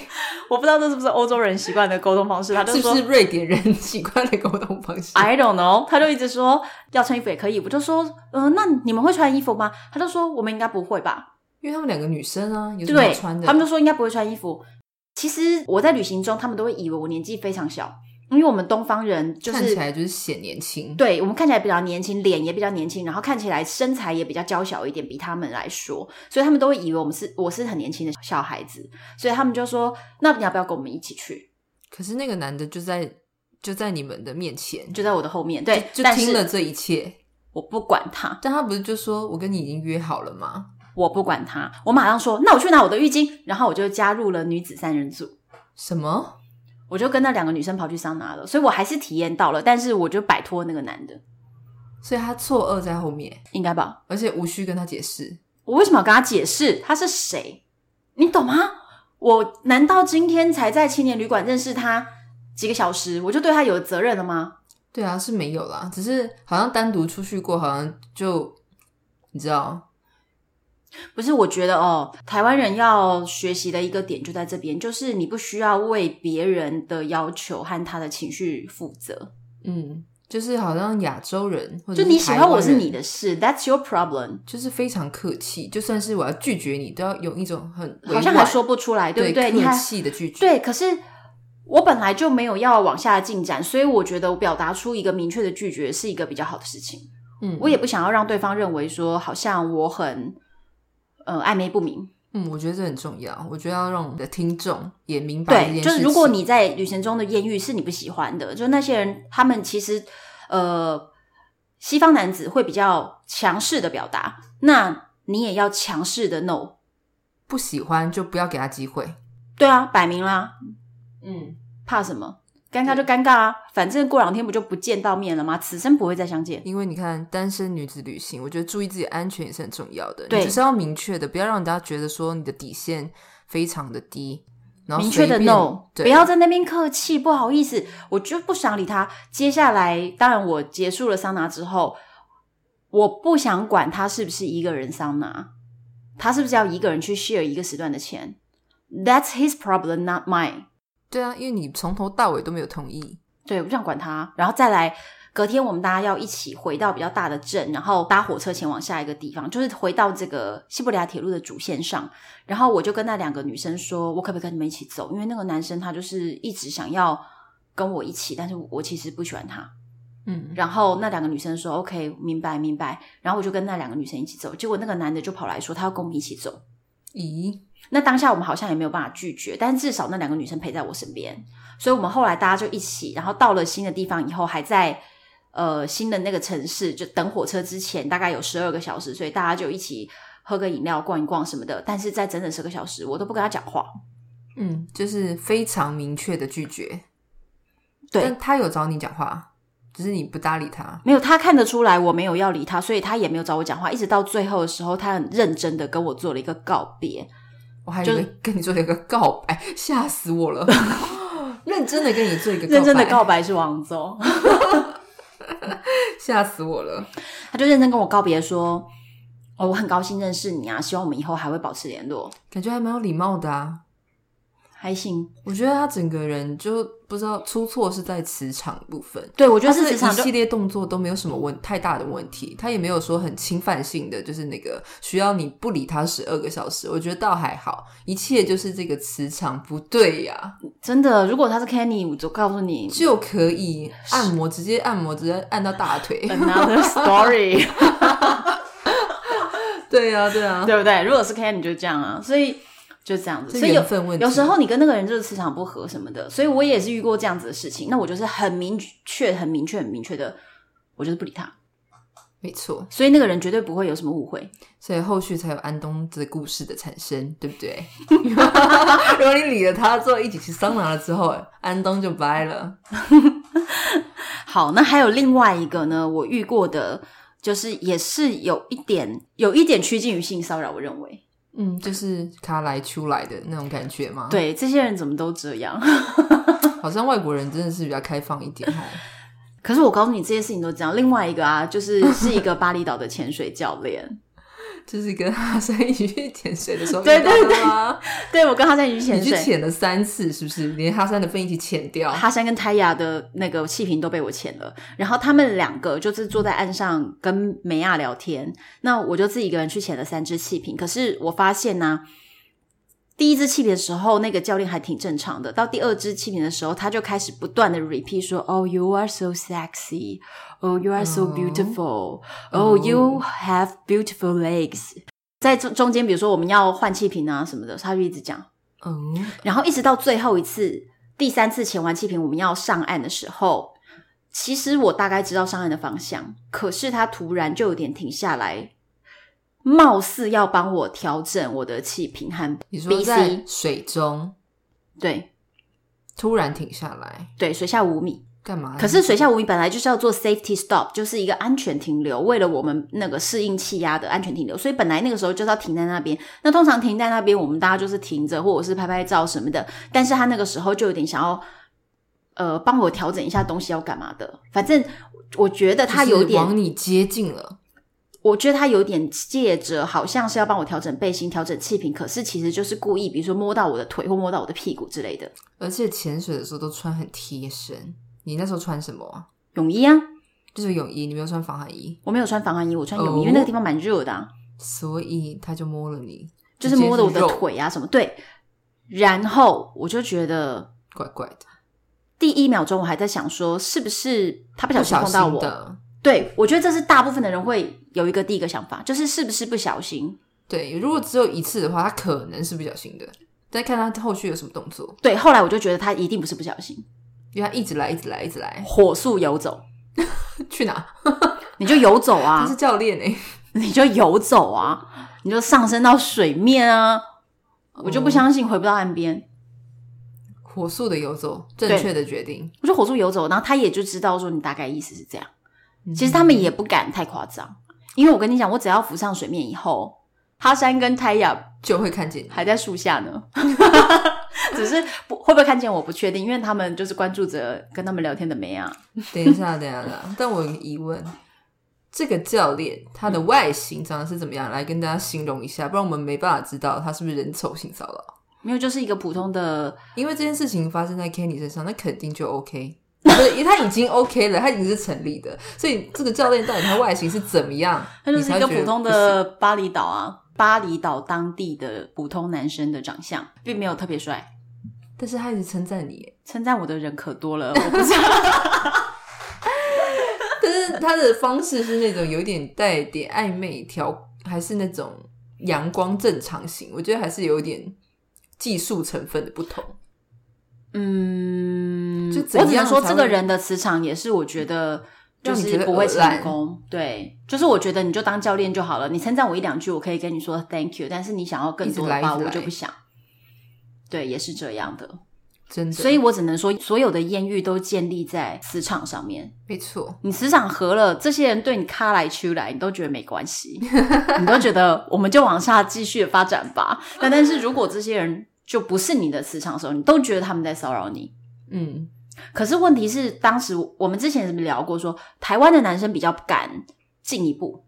S1: 我不知道这是不是欧洲人习惯的沟通方 式，他就是
S2: 不
S1: 说哎
S2: 是瑞典人习惯的沟通方式？
S1: I don't know，他就一直说要穿衣服也可以，我就说，嗯、那你们会穿衣服吗？他就说我们应该不会吧，
S2: 因为他们两个女生啊，有什么好
S1: 对，
S2: 穿的？
S1: 他们就说应该不会穿衣服。其实我在旅行中，他们都会以为我年纪非常小，因为我们东方人就
S2: 看起
S1: 是
S2: 来就是显年轻。
S1: 对我们看起来比较年轻，脸也比较年轻，然后看起来身材也比较娇小一点，比他们来说，所以他们都会以为我们是我是很年轻的小孩子，所以他们就说，那你要不要跟我们一起去？
S2: 可是那个男的就在就在你们的面前，
S1: 就在我的后面，对，
S2: 就
S1: 但
S2: 听了
S1: 是
S2: 这一切。
S1: 我不管他，
S2: 但他不是就说我跟你已经约好了吗？
S1: 我不管他，我马上说，那我去拿我的浴巾，然后我就加入了女子三人组，
S2: 什么？
S1: 我就跟那两个女生跑去桑拿了，所以我还是体验到了，但是我就摆脱那个男的，
S2: 所以他错愕在后面，
S1: 应该吧？
S2: 而且无需跟他解释。
S1: 我为什么要跟他解释他是谁？你懂吗？我难道今天才在青年旅馆认识他几个小时，我就对他有责任了吗？
S2: 对啊，是没有啦，只是好像单独出去过，好像就你知道，
S1: 不是，我觉得哦，台湾人要学习的一个点就在这边，就是你不需要为别人的要求和他的情绪负责。
S2: 嗯，就是好像亚洲人或者
S1: 就你喜
S2: 嗯台
S1: 欢
S2: 湾
S1: 我是
S2: 人
S1: 你的事，That's your problem，
S2: 就是非常客气，就算是我要拒绝你，都要用一种很委
S1: 好像还
S2: 婉
S1: 说不出来，
S2: 对
S1: 不对？你
S2: 客
S1: 还
S2: 气的拒绝，
S1: 对，可是我本来就没有要往下进展，所以我觉得我表达出一个明确的拒绝是一个比较好的事情。
S2: 嗯，
S1: 我也不想要让对方认为说好像我很呃暧昧不明。
S2: 嗯，我觉得这很重要，我觉得要让我们的听众也明白这
S1: 对，
S2: 件
S1: 就是
S2: 事
S1: 如果
S2: 情
S1: 你在旅行中的艳遇是你不喜欢的，就那些人他们其实呃西方男子会比较强势的表达，那你也要强势的 no。
S2: 不喜欢就不要给他机会，
S1: 对啊，摆明啦，
S2: 嗯，
S1: 怕什么？尴尬就尴尬啊，反正过两天不就不见到面了吗？此生不会再相见。
S2: 因为你看单身女子旅行，我觉得注意自己安全也是很重要的，
S1: 对
S2: 你就是要明确的，不要让人家觉得说你的底线非常的低，然后
S1: 明确
S2: 随
S1: 的
S2: 便
S1: no，
S2: 对
S1: 不要在那边客气，不好意思，我就不想理他。接下来，当然我结束了桑拿之后，我不想管他是不是一个人桑拿，他是不是要一个人去 share 一个时段的钱，That's his problem, not mine。
S2: 对啊，因为你从头到尾都没有同意，
S1: 对，我不想管他。然后再来，隔天我们大家要一起回到比较大的镇，然后搭火车前往下一个地方，就是回到这个西伯利亚铁路的主线上。然后我就跟那两个女生说，我可不可以跟你们一起走？因为那个男生他就是一直想要跟我一起，但是我其实不喜欢他。
S2: 嗯，
S1: 然后那两个女生说 OK，明白明白。然后我就跟那两个女生一起走，结果那个男的就跑来说他要跟我们一起走。
S2: 咦，
S1: 那当下我们好像也没有办法拒绝，但至少那两个女生陪在我身边，所以我们后来大家就一起，然后到了新的地方以后，还在呃新的那个城市，就等火车之前大概有十二个小时，所以大家就一起喝个饮料、逛一逛什么的。但是在整整十个小时，我都不跟他讲话。
S2: 嗯，就是非常明确的拒绝，
S1: 对
S2: 但他有找你讲话，只是你不搭理他，
S1: 没有，他看得出来我没有要理他，所以他也没有找我讲话。一直到最后的时候，他很认真的跟我做了一个告别。
S2: 我还以为跟你做一个告白， 吓死我 了！认真的跟你做一个
S1: 认真的
S2: 告
S1: 告
S2: 白，
S1: 白是王 总，
S2: 吓死我了！
S1: 他就认真跟我告别说：“哦，我很高兴认识你啊，希望我们以后还会保持联络。”
S2: 感觉还蛮有礼貌的啊。
S1: 还行，
S2: 我觉得他整个人就不知道出错是在磁场部分，
S1: 对我觉得
S2: 他
S1: 是
S2: 这
S1: 职场
S2: 一
S1: 就
S2: 系列动作都没有什么问太大的问题，他也没有说很侵犯性的，就是那个需要你不理他十二个小时，我觉得倒还好，一切就是这个磁场不对呀、
S1: 真的，如果他是 Kenny，我就告诉你
S2: 就可以按摩，直接按摩，直接按到大腿，
S1: another story，
S2: 对呀、对呀、
S1: 对不啊对？如果是 Kenny 就这样啊，所以就这样 子，
S2: 这
S1: 所以有
S2: 缘分问题
S1: 有时候你跟那个人就是磁场不合什么的，所以我也是遇过这样子的事情。那我就是很明确、很明确、很明确的，我就是不理他，
S2: 没错。
S1: 所以那个人绝对不会有什么误会。
S2: 所以后续才有安东这个故事的产生，对不 对？如果你理了他之后，一起去桑拿了之后，安东就掰了。
S1: 好，那还有另外一个呢，我遇过的就是也是有一点有一点趋近于性骚扰，我认为。
S2: 嗯，就是卡来出来的那种感觉嘛。，
S1: 对，这些人怎么都这样？
S2: 好像外国人真的是比较开放一点 哦。
S1: 可是我告诉你，这些事情都这样。另外一个啊，就是是一个巴厘岛的潜水教练，
S2: 就是跟阿三一起去潜水的时候，
S1: 对对
S2: 对啊，
S1: 对，我跟哈山一起去
S2: 你
S1: 潜
S2: 去
S1: 水，
S2: 潜了三次，是不是？连哈三的粪一起潜掉，
S1: 哈山跟泰雅的那个气瓶都被我潜了，然后他们两个就是坐在岸上跟梅亚聊天，那我就自己一个人去潜了三只气瓶。可是我发现呢、第一只气瓶的时候，那个教练还挺正常的，到第二只气瓶的时候，他就开始不断的 repeat 说，Oh, you are so sexy. Oh, you are so
S2: 哦
S1: beautiful.
S2: 哦
S1: Oh, you have beautiful legs. 在中中间，比如说我们要换气瓶啊什么的，他就一直讲。
S2: 嗯，
S1: 然后一直到最后一次，第三次潜完气瓶，我们要上岸的时候，其实我大概知道上岸的方向，可是他突然就有点停下来，貌似要帮我调整我的气瓶和
S2: 你说
S1: BC
S2: 在水中
S1: 对
S2: 突然停下来
S1: 对水下五米。
S2: 干嘛？
S1: 可是水下五米本来就是要做 safety stop，就是一个安全停留，为了我们那个适应气压的安全停留，所以本来那个时候就是要停在那边。那通常停在那边，我们大家就是停着，或者是拍拍照什么的。但是他那个时候就有点想要，呃，帮我调整一下东西要干嘛的。反正我觉得
S2: 就是
S1: 他有
S2: 往
S1: 点，
S2: 你接近了，
S1: 我觉得他有点借着好像是要帮我调整背心、调整气瓶，可是其实就是故意，比如说摸到我的腿或摸到我的屁股之类的
S2: 而且潜水的时候都穿很贴身。你那时候穿什么啊？
S1: 泳衣啊。
S2: 就是泳衣，你没有穿防寒衣，
S1: 我没有穿防寒衣，我穿
S2: 哦
S1: 泳衣，因为那个地方蛮热的、啊。
S2: 所以他就摸了你，
S1: 就是摸
S2: 着
S1: 着我的，腿啊什么，对。然后我就觉得
S2: 怪怪的，
S1: 第一秒钟我还在想说，是不是他不小
S2: 不
S1: 心
S2: 小
S1: 碰
S2: 心
S1: 到我？
S2: 的。
S1: 对，我觉得这是大部分的人会有一个第一个想法，就是是不是不小心？
S2: 对，如果只有一次的话，他可能是不小心的，但看他后续有什么动作，
S1: 对，后来我就觉得他一定不是不小心，
S2: 因为他一直来，一直来，一直来，
S1: 火速游走，
S2: 去哪？
S1: 你就游走
S2: 他
S1: 啊
S2: 是，教练哎、
S1: 你就游走啊，你就上升到水面啊，我
S2: 嗯
S1: 就不相信回不到岸边。
S2: 火速的游走，
S1: 对
S2: 正确的决定。
S1: 我就火速游走，然后他也就知道说你大概意思是这样。其实
S2: 嗯
S1: 他们也不敢太夸张，因为我跟你讲，我只要浮上水面以后，哈山跟泰雅
S2: 就会看见你，
S1: 还在树下 呢，只是不会不会看见我不确定，因为他们就是关注着跟他们聊天的梅啊。
S2: 等一下，等一下，等一下。但我有个疑问，这个教练他的外形长得是怎么样？来跟大家形容一下，不然我们没办法知道他是不是人丑性骚扰。
S1: 没有，就是一个普通的，
S2: 因为这件事情发生在 Kenny 身上，那肯定就 OK。不 是，他已经 OK 了，他已经是成立的，所以这个教练到底他外形是怎么样？
S1: 他就是一
S2: 你才
S1: 个
S2: 会觉
S1: 普
S2: 得
S1: 通
S2: 不行。
S1: 的巴厘岛啊，巴厘岛当地的普通男生的长相，并没有特别帅。
S2: 但是他一直称赞你，
S1: 称赞我的人可多了，我不知道。
S2: 但是他的方式是那种有点带点暧昧调，还是那种阳光正常型？我觉得还是有点技术成分的不同。
S1: 嗯，
S2: 就怎
S1: 我只能
S2: 样
S1: 说
S2: 才
S1: 这个
S2: 会
S1: 人的磁场也是，我觉得就
S2: 让你
S1: 是
S2: 觉得
S1: 不会
S2: 恶
S1: 成
S2: 烂
S1: 功。对，就是我觉得你就当教练就好了，你称赞我一两句，我可以跟你说 thank you，但是你想要更
S2: 一直
S1: 多的
S2: 来一
S1: 话，
S2: 直
S1: 我就
S2: 来
S1: 不想。对，也是这样的，
S2: 真的，
S1: 所以我只能说，所有的艳遇都建立在磁场上面。
S2: 没错，
S1: 你磁场合了，这些人对你卡来出来，你都觉得没 关系，你都觉得我们就往下继续发展吧。但但是如果这些人就不是你的磁场的时候，你都觉得他们在骚扰你，
S2: 嗯，
S1: 可是问题是，当时我们之前是不是聊过说台湾的男生比较敢进一步？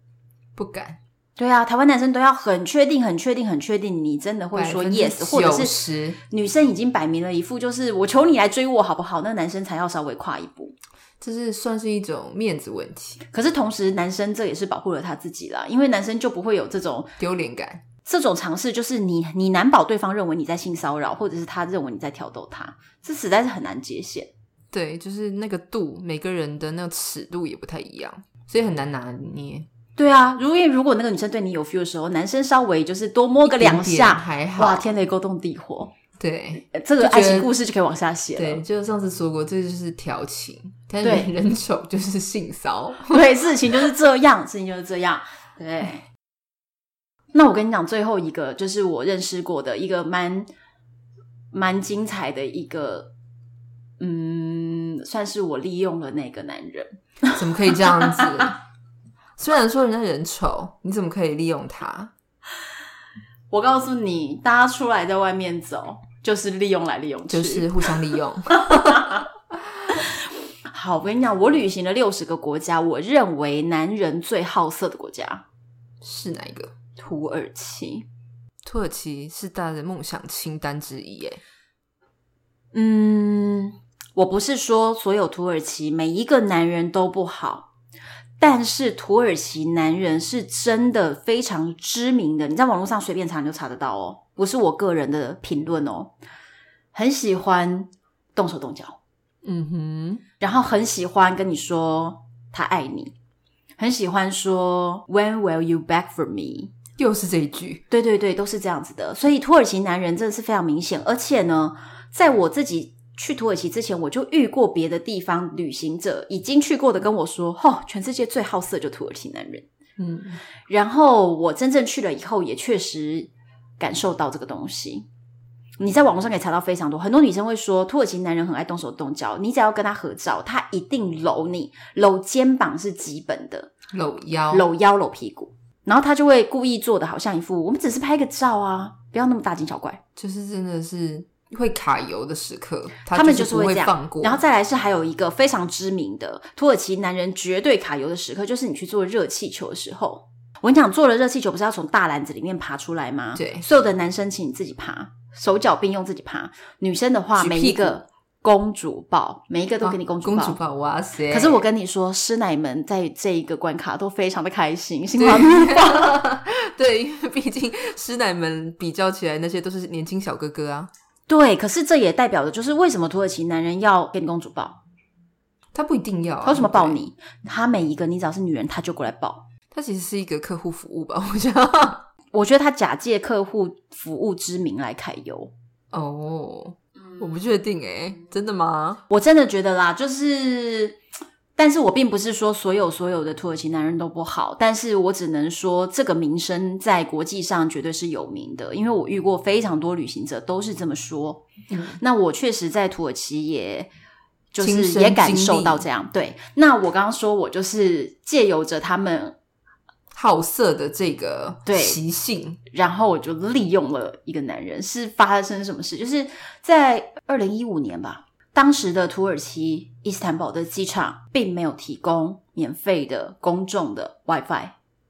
S2: 不敢
S1: 对啊，台湾男生都要很确定、很确定、很确定，你真的会说 yes，或者是
S2: 是
S1: 女生已经摆明了一副就是我求你来追我好不好？那男生才要稍微跨一步。
S2: 这是算是一种面子问题，
S1: 可是同时，男生这也是保护了他自己啦，因为男生就不会有这种
S2: 丢脸感。
S1: 这种尝试，就是你你难保对方认为你在性骚扰，或者是他认为你在挑逗他，这实在是很难界限。
S2: 对，就是那个度，每个人的那个尺度也不太一样，所以很难拿捏。
S1: 对啊，如因为如果那个女生对你有 feel 的时候，男生稍微就是多摸个两
S2: 一点
S1: 下，
S2: 点还好，
S1: 哇，天雷勾动地火，
S2: 对
S1: 呃这个
S2: 就觉得
S1: 爱情故事就可以往下写
S2: 对，
S1: 了。
S2: 就上次说过，这就是调情，但是
S1: 对
S2: 人人丑就是性骚扰。
S1: 对，事情就是这样， 事情就是这样。对。那我跟你讲，最后一个就是我认识过的一个蛮蛮精彩的一个，嗯，算是我利用了那个男人。
S2: 怎么可以这样子？ 虽然说人家人丑，你怎么可以利用他？
S1: 我告诉你，大家出来在外面走，就是利用来利用去，
S2: 就是互相利用。
S1: 好，我跟你讲，我旅行了六十个国家，我认为男人最好色的国家
S2: 是哪一个？
S1: 土耳其。
S2: 土耳其是大家的梦想清单之一，耶。
S1: 嗯，我不是说所有土耳其每一个男人都不好，但是土耳其男人是真的非常知名的，你在网络上随便查你就查得到哦，不是我个人的评论哦。很喜欢动手动脚，
S2: 嗯哼，
S1: 然后很喜欢跟你说他爱你，很喜欢说 When will you back for me？
S2: 又是这一句，
S1: 对对对，都是这样子的。所以土耳其男人真的是非常明显，而且呢，在我自己去土耳其之前，我就遇过别的地方旅行者已经去过的跟我说：“哦，全世界最好色就土耳其男人。
S2: 嗯，”
S1: 然后我真正去了以后，也确实感受到这个东西。你在网络上可以查到非常多，很多女生会说土耳其男人很爱动手动脚，你只要跟他合照，他一定搂你，搂肩膀是基本的。
S2: 搂腰，
S1: 搂腰搂屁股，然后他就会故意做的好像一副我们只是拍个照啊，不要那么大惊小怪。
S2: 就是真的是会卡油的时刻，
S1: 他们
S2: 就
S1: 就是
S2: 不
S1: 会
S2: 会
S1: 这
S2: 放
S1: 样
S2: 过，，
S1: 然后再来是还有一个非常知名的土耳其男人绝对卡油的时刻，就是你去做热气球的时候。我跟你讲，做了热气球不是要从大篮子里面爬出来吗？
S2: 对
S1: 所有的男生请你自己爬，手脚并用自己爬。女生的话，
S2: 举屁
S1: 每
S2: 股
S1: 一个公主抱，每一个都
S2: 啊
S1: 给你公主
S2: 公主抱，哇塞！
S1: 可是我跟你说，师奶们在这一个关卡都非常的开心，心花怒放。
S2: 对，因为毕竟师奶们比较起来，那些都是年轻小哥哥啊。
S1: 对，可是这也代表的就是为什么土耳其男人要跟公主抱，
S2: 他不一定要、啊，
S1: 他为什么抱
S2: 对？
S1: 你？他每一个你只要是女人，他就过来抱。
S2: 他其实是一个客户服务吧， 我觉得。
S1: 我觉得他假借客户服务之名来揩油。
S2: 哦，我不确定哎、真的吗？
S1: 我真的觉得啦，就是，但是我并不是说所有所有的土耳其男人都不好，但是我只能说这个名声在国际上绝对是有名的，因为我遇过非常多旅行者都是这么说。
S2: 嗯
S1: 那我确实在土耳其也。就
S2: 亲
S1: 是
S2: 身
S1: 也感
S2: 经历
S1: 受到这样，对。那我刚刚说，我就是借由着他们
S2: 好色的这个
S1: 对
S2: 习性，
S1: 然后我就利用了一个男人，是发生什么事？就是在二零一五年吧，当时的土耳其伊斯坦堡的机场并没有提供免费的公众的 WiFi，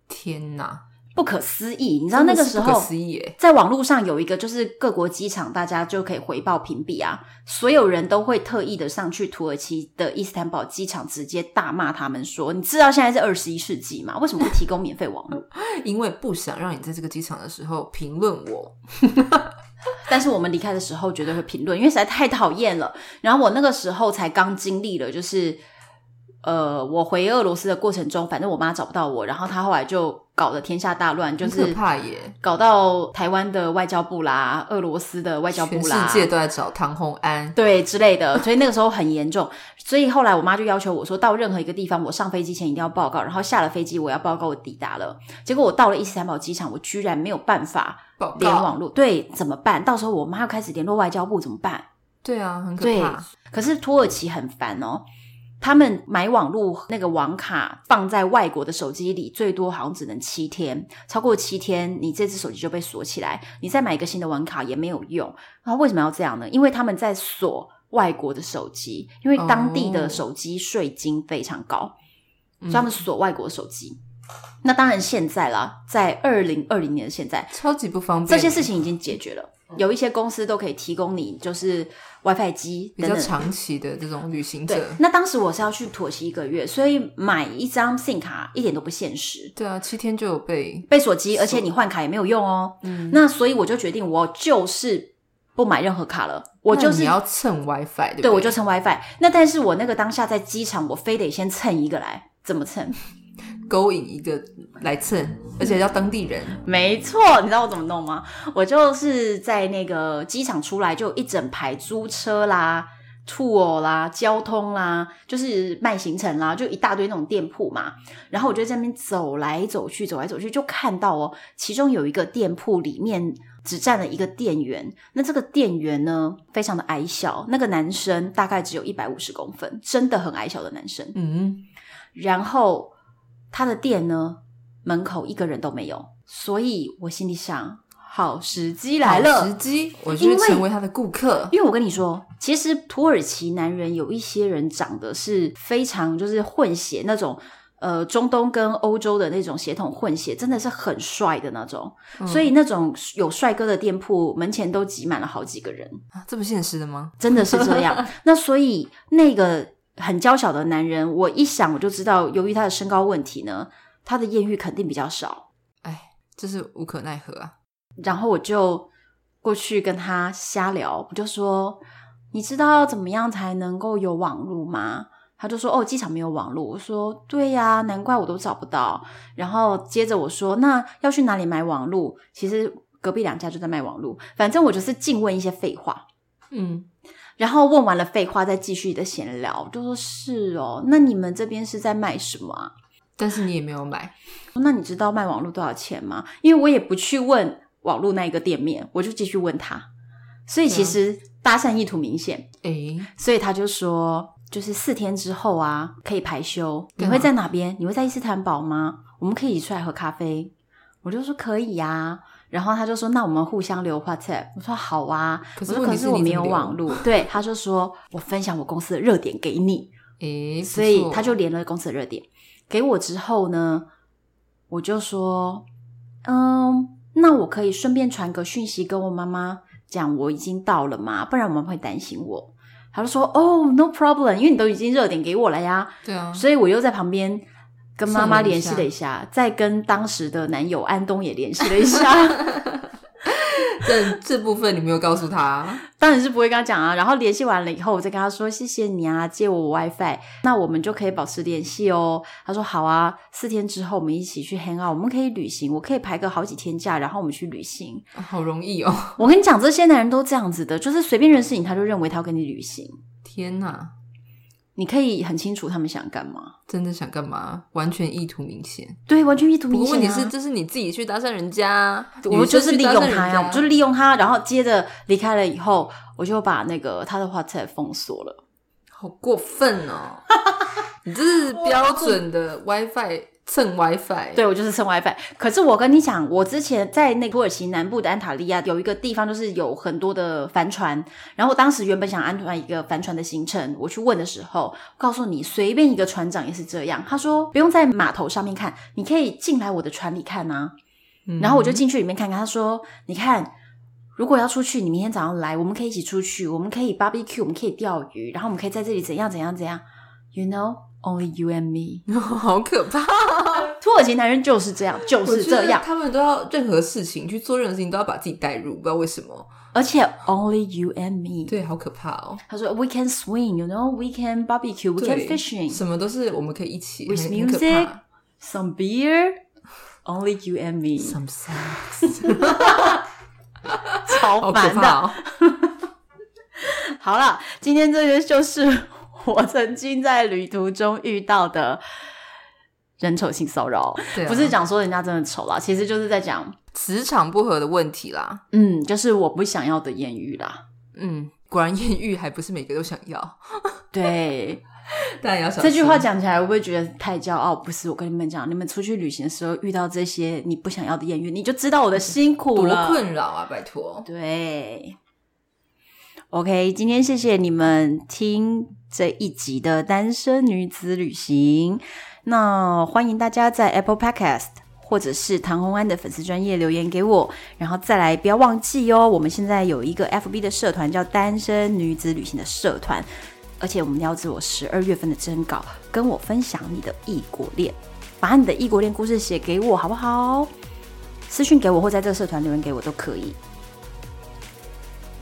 S2: 天哪！
S1: 不可思议。你知道那个时
S2: 真的是不
S1: 候
S2: 可，思议耶，
S1: 在网络上有一个就是各国机场大家就可以回报评比啊，所有人都会特意的上去土耳其的伊斯坦堡机场直接大骂他们说：“你知道现在是二十一世纪吗？为什么不提供免费网络？”
S2: 因为不想让你在这个机场的时候评论我，
S1: 但是我们离开的时候绝对会评论，因为实在太讨厌了。然后我那个时候才刚经历了，就是呃，我回俄罗斯的过程中，反正我妈找不到我，然后她后来就搞得天下大乱，就
S2: 很
S1: 是
S2: 可怕耶！
S1: 搞到台湾的外交部啦、俄罗斯的外交
S2: 全
S1: 部
S2: 世
S1: 啦，
S2: 界都在找唐红安，
S1: 对之类的， 所以那个时候很严重。所以后来我妈就要求我说，到任何一个地方，我上飞机前一定要报告，然后下了飞机我要报告我抵达了。结果我到了伊斯坦堡机场，我居然没有办法
S2: 报告
S1: 连网络，对，怎么办？到时候我妈要开始联络外交部，怎么办？
S2: 对啊，很可
S1: 对
S2: 怕。
S1: 可是土耳其很烦哦，他们买网络那个网卡放在外国的手机里，最多好像只能七天，超过七天，你这只手机就被锁起来，你再买一个新的网卡也没有用。然后为什么要这样呢？因为他们在锁外国的手机，因为当地的
S2: 哦
S1: 手机税金非常高，
S2: 嗯
S1: 所以他们锁外国手机。那当然，现在啦，在二零二零年的现在，
S2: 超级不方便，
S1: 这些事情已经解决了，
S2: 嗯
S1: 有一些公司都可以提供你就是 WiFi 机
S2: 比
S1: 等
S2: 较
S1: 等。
S2: 长期的这种旅行
S1: 对
S2: 者，，
S1: 那当时我是要去土耳其一个月，所以买一张 SIM 卡一点都不现实，
S2: 对啊，七天就有被
S1: 被锁机，而且你换卡也没有用哦。
S2: 嗯，
S1: 那所以我就决定，我就是不买任何卡了，我
S2: 那
S1: 就是
S2: 你要蹭 WiFi，对不
S1: 对
S2: 对
S1: 我就蹭 WiFi。那但是我那个当下在机场，我非得先蹭一个来，怎么蹭？
S2: 勾引一个来蹭，而
S1: 嗯
S2: 且要当地人，
S1: 没错，你知道我怎么弄吗？我就是在那个机场出来，就有一整排租车啦、tour 啦、交通啦，就是卖行程啦，就一大堆那种店铺嘛。然后我就在那边走来走去，走来走去，就看到哦，其中有一个店铺里面只站了一个店员。那这个店员呢，非常的矮小，那个男生大概只有一百五十公分，真的很矮小的男生。
S2: 嗯，
S1: 然后他的店呢，门口一个人都没有，所以我心里想，好时机来
S2: 好时
S1: 了。
S2: 机，我
S1: 因
S2: 就
S1: 为
S2: 是成为他的顾客，
S1: 因为我跟你说，其实土耳其男人有一些人长得是非常就是混血那种呃中东跟欧洲的那种血统混血，真的是很帅的那种。
S2: 嗯
S1: 所以那种有帅哥的店铺门前都挤满了好几个人，
S2: 啊这么现实的吗？
S1: 真的是这样。那所以那个很娇小的男人，我一想我就知道，由于他的身高问题呢，他的艳遇肯定比较少。
S2: 哎，这是无可奈何啊。
S1: 然后我就过去跟他瞎聊，我就说：“你知道怎么样才能够有网路吗？”他就说：“哦，机场没有网路。”我说：“对呀、难怪我都找不到。”然后接着我说：“那要去哪里买网路？”其实隔壁两家就在卖网路，反正我就是净问一些废话。
S2: 嗯，
S1: 然后问完了废话，再继续的闲聊，我就说是哦，那你们这边是在卖什么啊？
S2: 但是你也没有买，
S1: 那你知道卖网络多少钱吗？因为我也不去问网络那一个店面，我就继续问他。所以其实搭讪意图明显，
S2: 哎，
S1: 所以他就说，就是四天之后啊，可以排休。你
S2: 干嘛
S1: 会在哪边？你会在伊斯坦堡吗？我们可以一起出来喝咖啡。我就说可以呀、然后他就说，那我们互相留 WhatsApp。我说好啊。
S2: 可是
S1: 我说
S2: 问
S1: 可
S2: 题
S1: 是
S2: 是
S1: 我
S2: 你
S1: 没
S2: 怎
S1: 有
S2: 么留
S1: 网络。 对，他就说我分享我公司的热点给你。
S2: 哎，
S1: 所以他就
S2: 连
S1: 连了公司的热点给我之后呢，我就说，嗯，那我可以顺便传个讯息跟我妈妈讲我已经到了嘛，不然我妈妈会担心我。他就说，哦，no problem，因为你都已经热点给我了呀，
S2: 对啊，
S1: 所以我又在旁边跟妈妈
S2: 上了一
S1: 联系
S2: 下
S1: 了一下，再跟当时的男友安东也联系了一下。
S2: 这这部分你没有告诉他，
S1: 当然是不会跟他讲啊。然后联系完了以后，我再跟他说谢谢你啊，借我 WiFi，那我们就可以保持联系哦。他说好啊，四天之后我们一起去 hang out，我们可以旅行，我可以排个好几天假，然后我们去旅行。
S2: 好容易哦。
S1: 我跟你讲，这些男人都这样子的，就是随便认识你，他就认为他要跟你旅行。
S2: 天哪，
S1: 你可以很清楚他们想干嘛，
S2: 真的想干嘛？完全意图明显。
S1: 对，完全意图
S2: 不
S1: 明
S2: 过
S1: 显、啊。
S2: 问题是，这是你自己去搭讪人家，
S1: 我
S2: 女生
S1: 就是
S2: 去
S1: 利
S2: 搭
S1: 用
S2: 讪人
S1: 他呀，
S2: 家
S1: 我就是利用他，然后接着离开了以后，我就把那个他的 WhatsApp 封锁了。
S2: 好过分 哦！你这是标准的 WiFi 蹭 WiFi，
S1: 对，我就是蹭 WiFi。可是我跟你讲，我之前在那土耳其南部的安塔利亚有一个地方，就是有很多的帆船。然后我当时原本想安排一个帆船的行程，我去问的时候，告诉你随便一个船长也是这样，他说不用在码头上面看，你可以进来我的船里看啊。
S2: 嗯
S1: 然后我就进去里面看看，他说：“你看，如果要出去，你明天早上来，我们可以一起出去，我们可以 barbecue，我们可以钓鱼，然后我们可以在这里怎样怎样怎样。You know, only you and me。
S2: 好可怕，
S1: 土耳其男人就是这样，就
S2: 我
S1: 是
S2: 觉
S1: 这
S2: 得
S1: 样。
S2: 他们都要任何事情去做任何事情都要把自己带入，不知道为什么。
S1: 而且 only you and me。
S2: 对，好可怕哦。
S1: 他说 we can swing, you know, we can barbecue, we can
S2: 对，
S1: fishing,
S2: 什么都是我们可以一起
S1: with
S2: 很很可怕
S1: music, some beer, only you and me。
S2: Some sex
S1: 超
S2: 好可
S1: 烦
S2: 怕
S1: 的。
S2: 哦。
S1: 好了，今天这些就是我曾经在旅途中遇到的人丑性骚扰，
S2: 对啊
S1: 不是讲说人家真的丑啦，其实就是在讲，
S2: 磁场不合的问题啦。
S1: 嗯，就是我不想要的艳遇啦。
S2: 嗯，果然艳遇还不是每个都想要，
S1: 对，
S2: 当然要小心。
S1: 这句话讲起来，会不会觉得太骄傲？不是，我跟你们讲，你们出去旅行的时候遇到这些你不想要的艳遇，你就知道我的辛苦
S2: 多
S1: 了。
S2: 困扰啊，拜托。
S1: 对，OK，今天谢谢你们听这一集的单身女子旅行。那欢迎大家在 Apple Podcast 或者是唐红安的粉丝专业留言给我，然后再来不要忘记哦，我们现在有一个 FB 的社团叫单身女子旅行的社团。而且我们要自我十二月份的征稿，跟我分享你的异国恋，把你的异国恋故事写给我，好不好？私讯给我，或在这个社团留言给我都可以。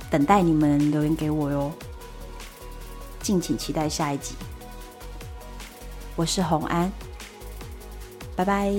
S1: 等待你们留言给我哟，敬请期待下一集。我是红安，拜拜。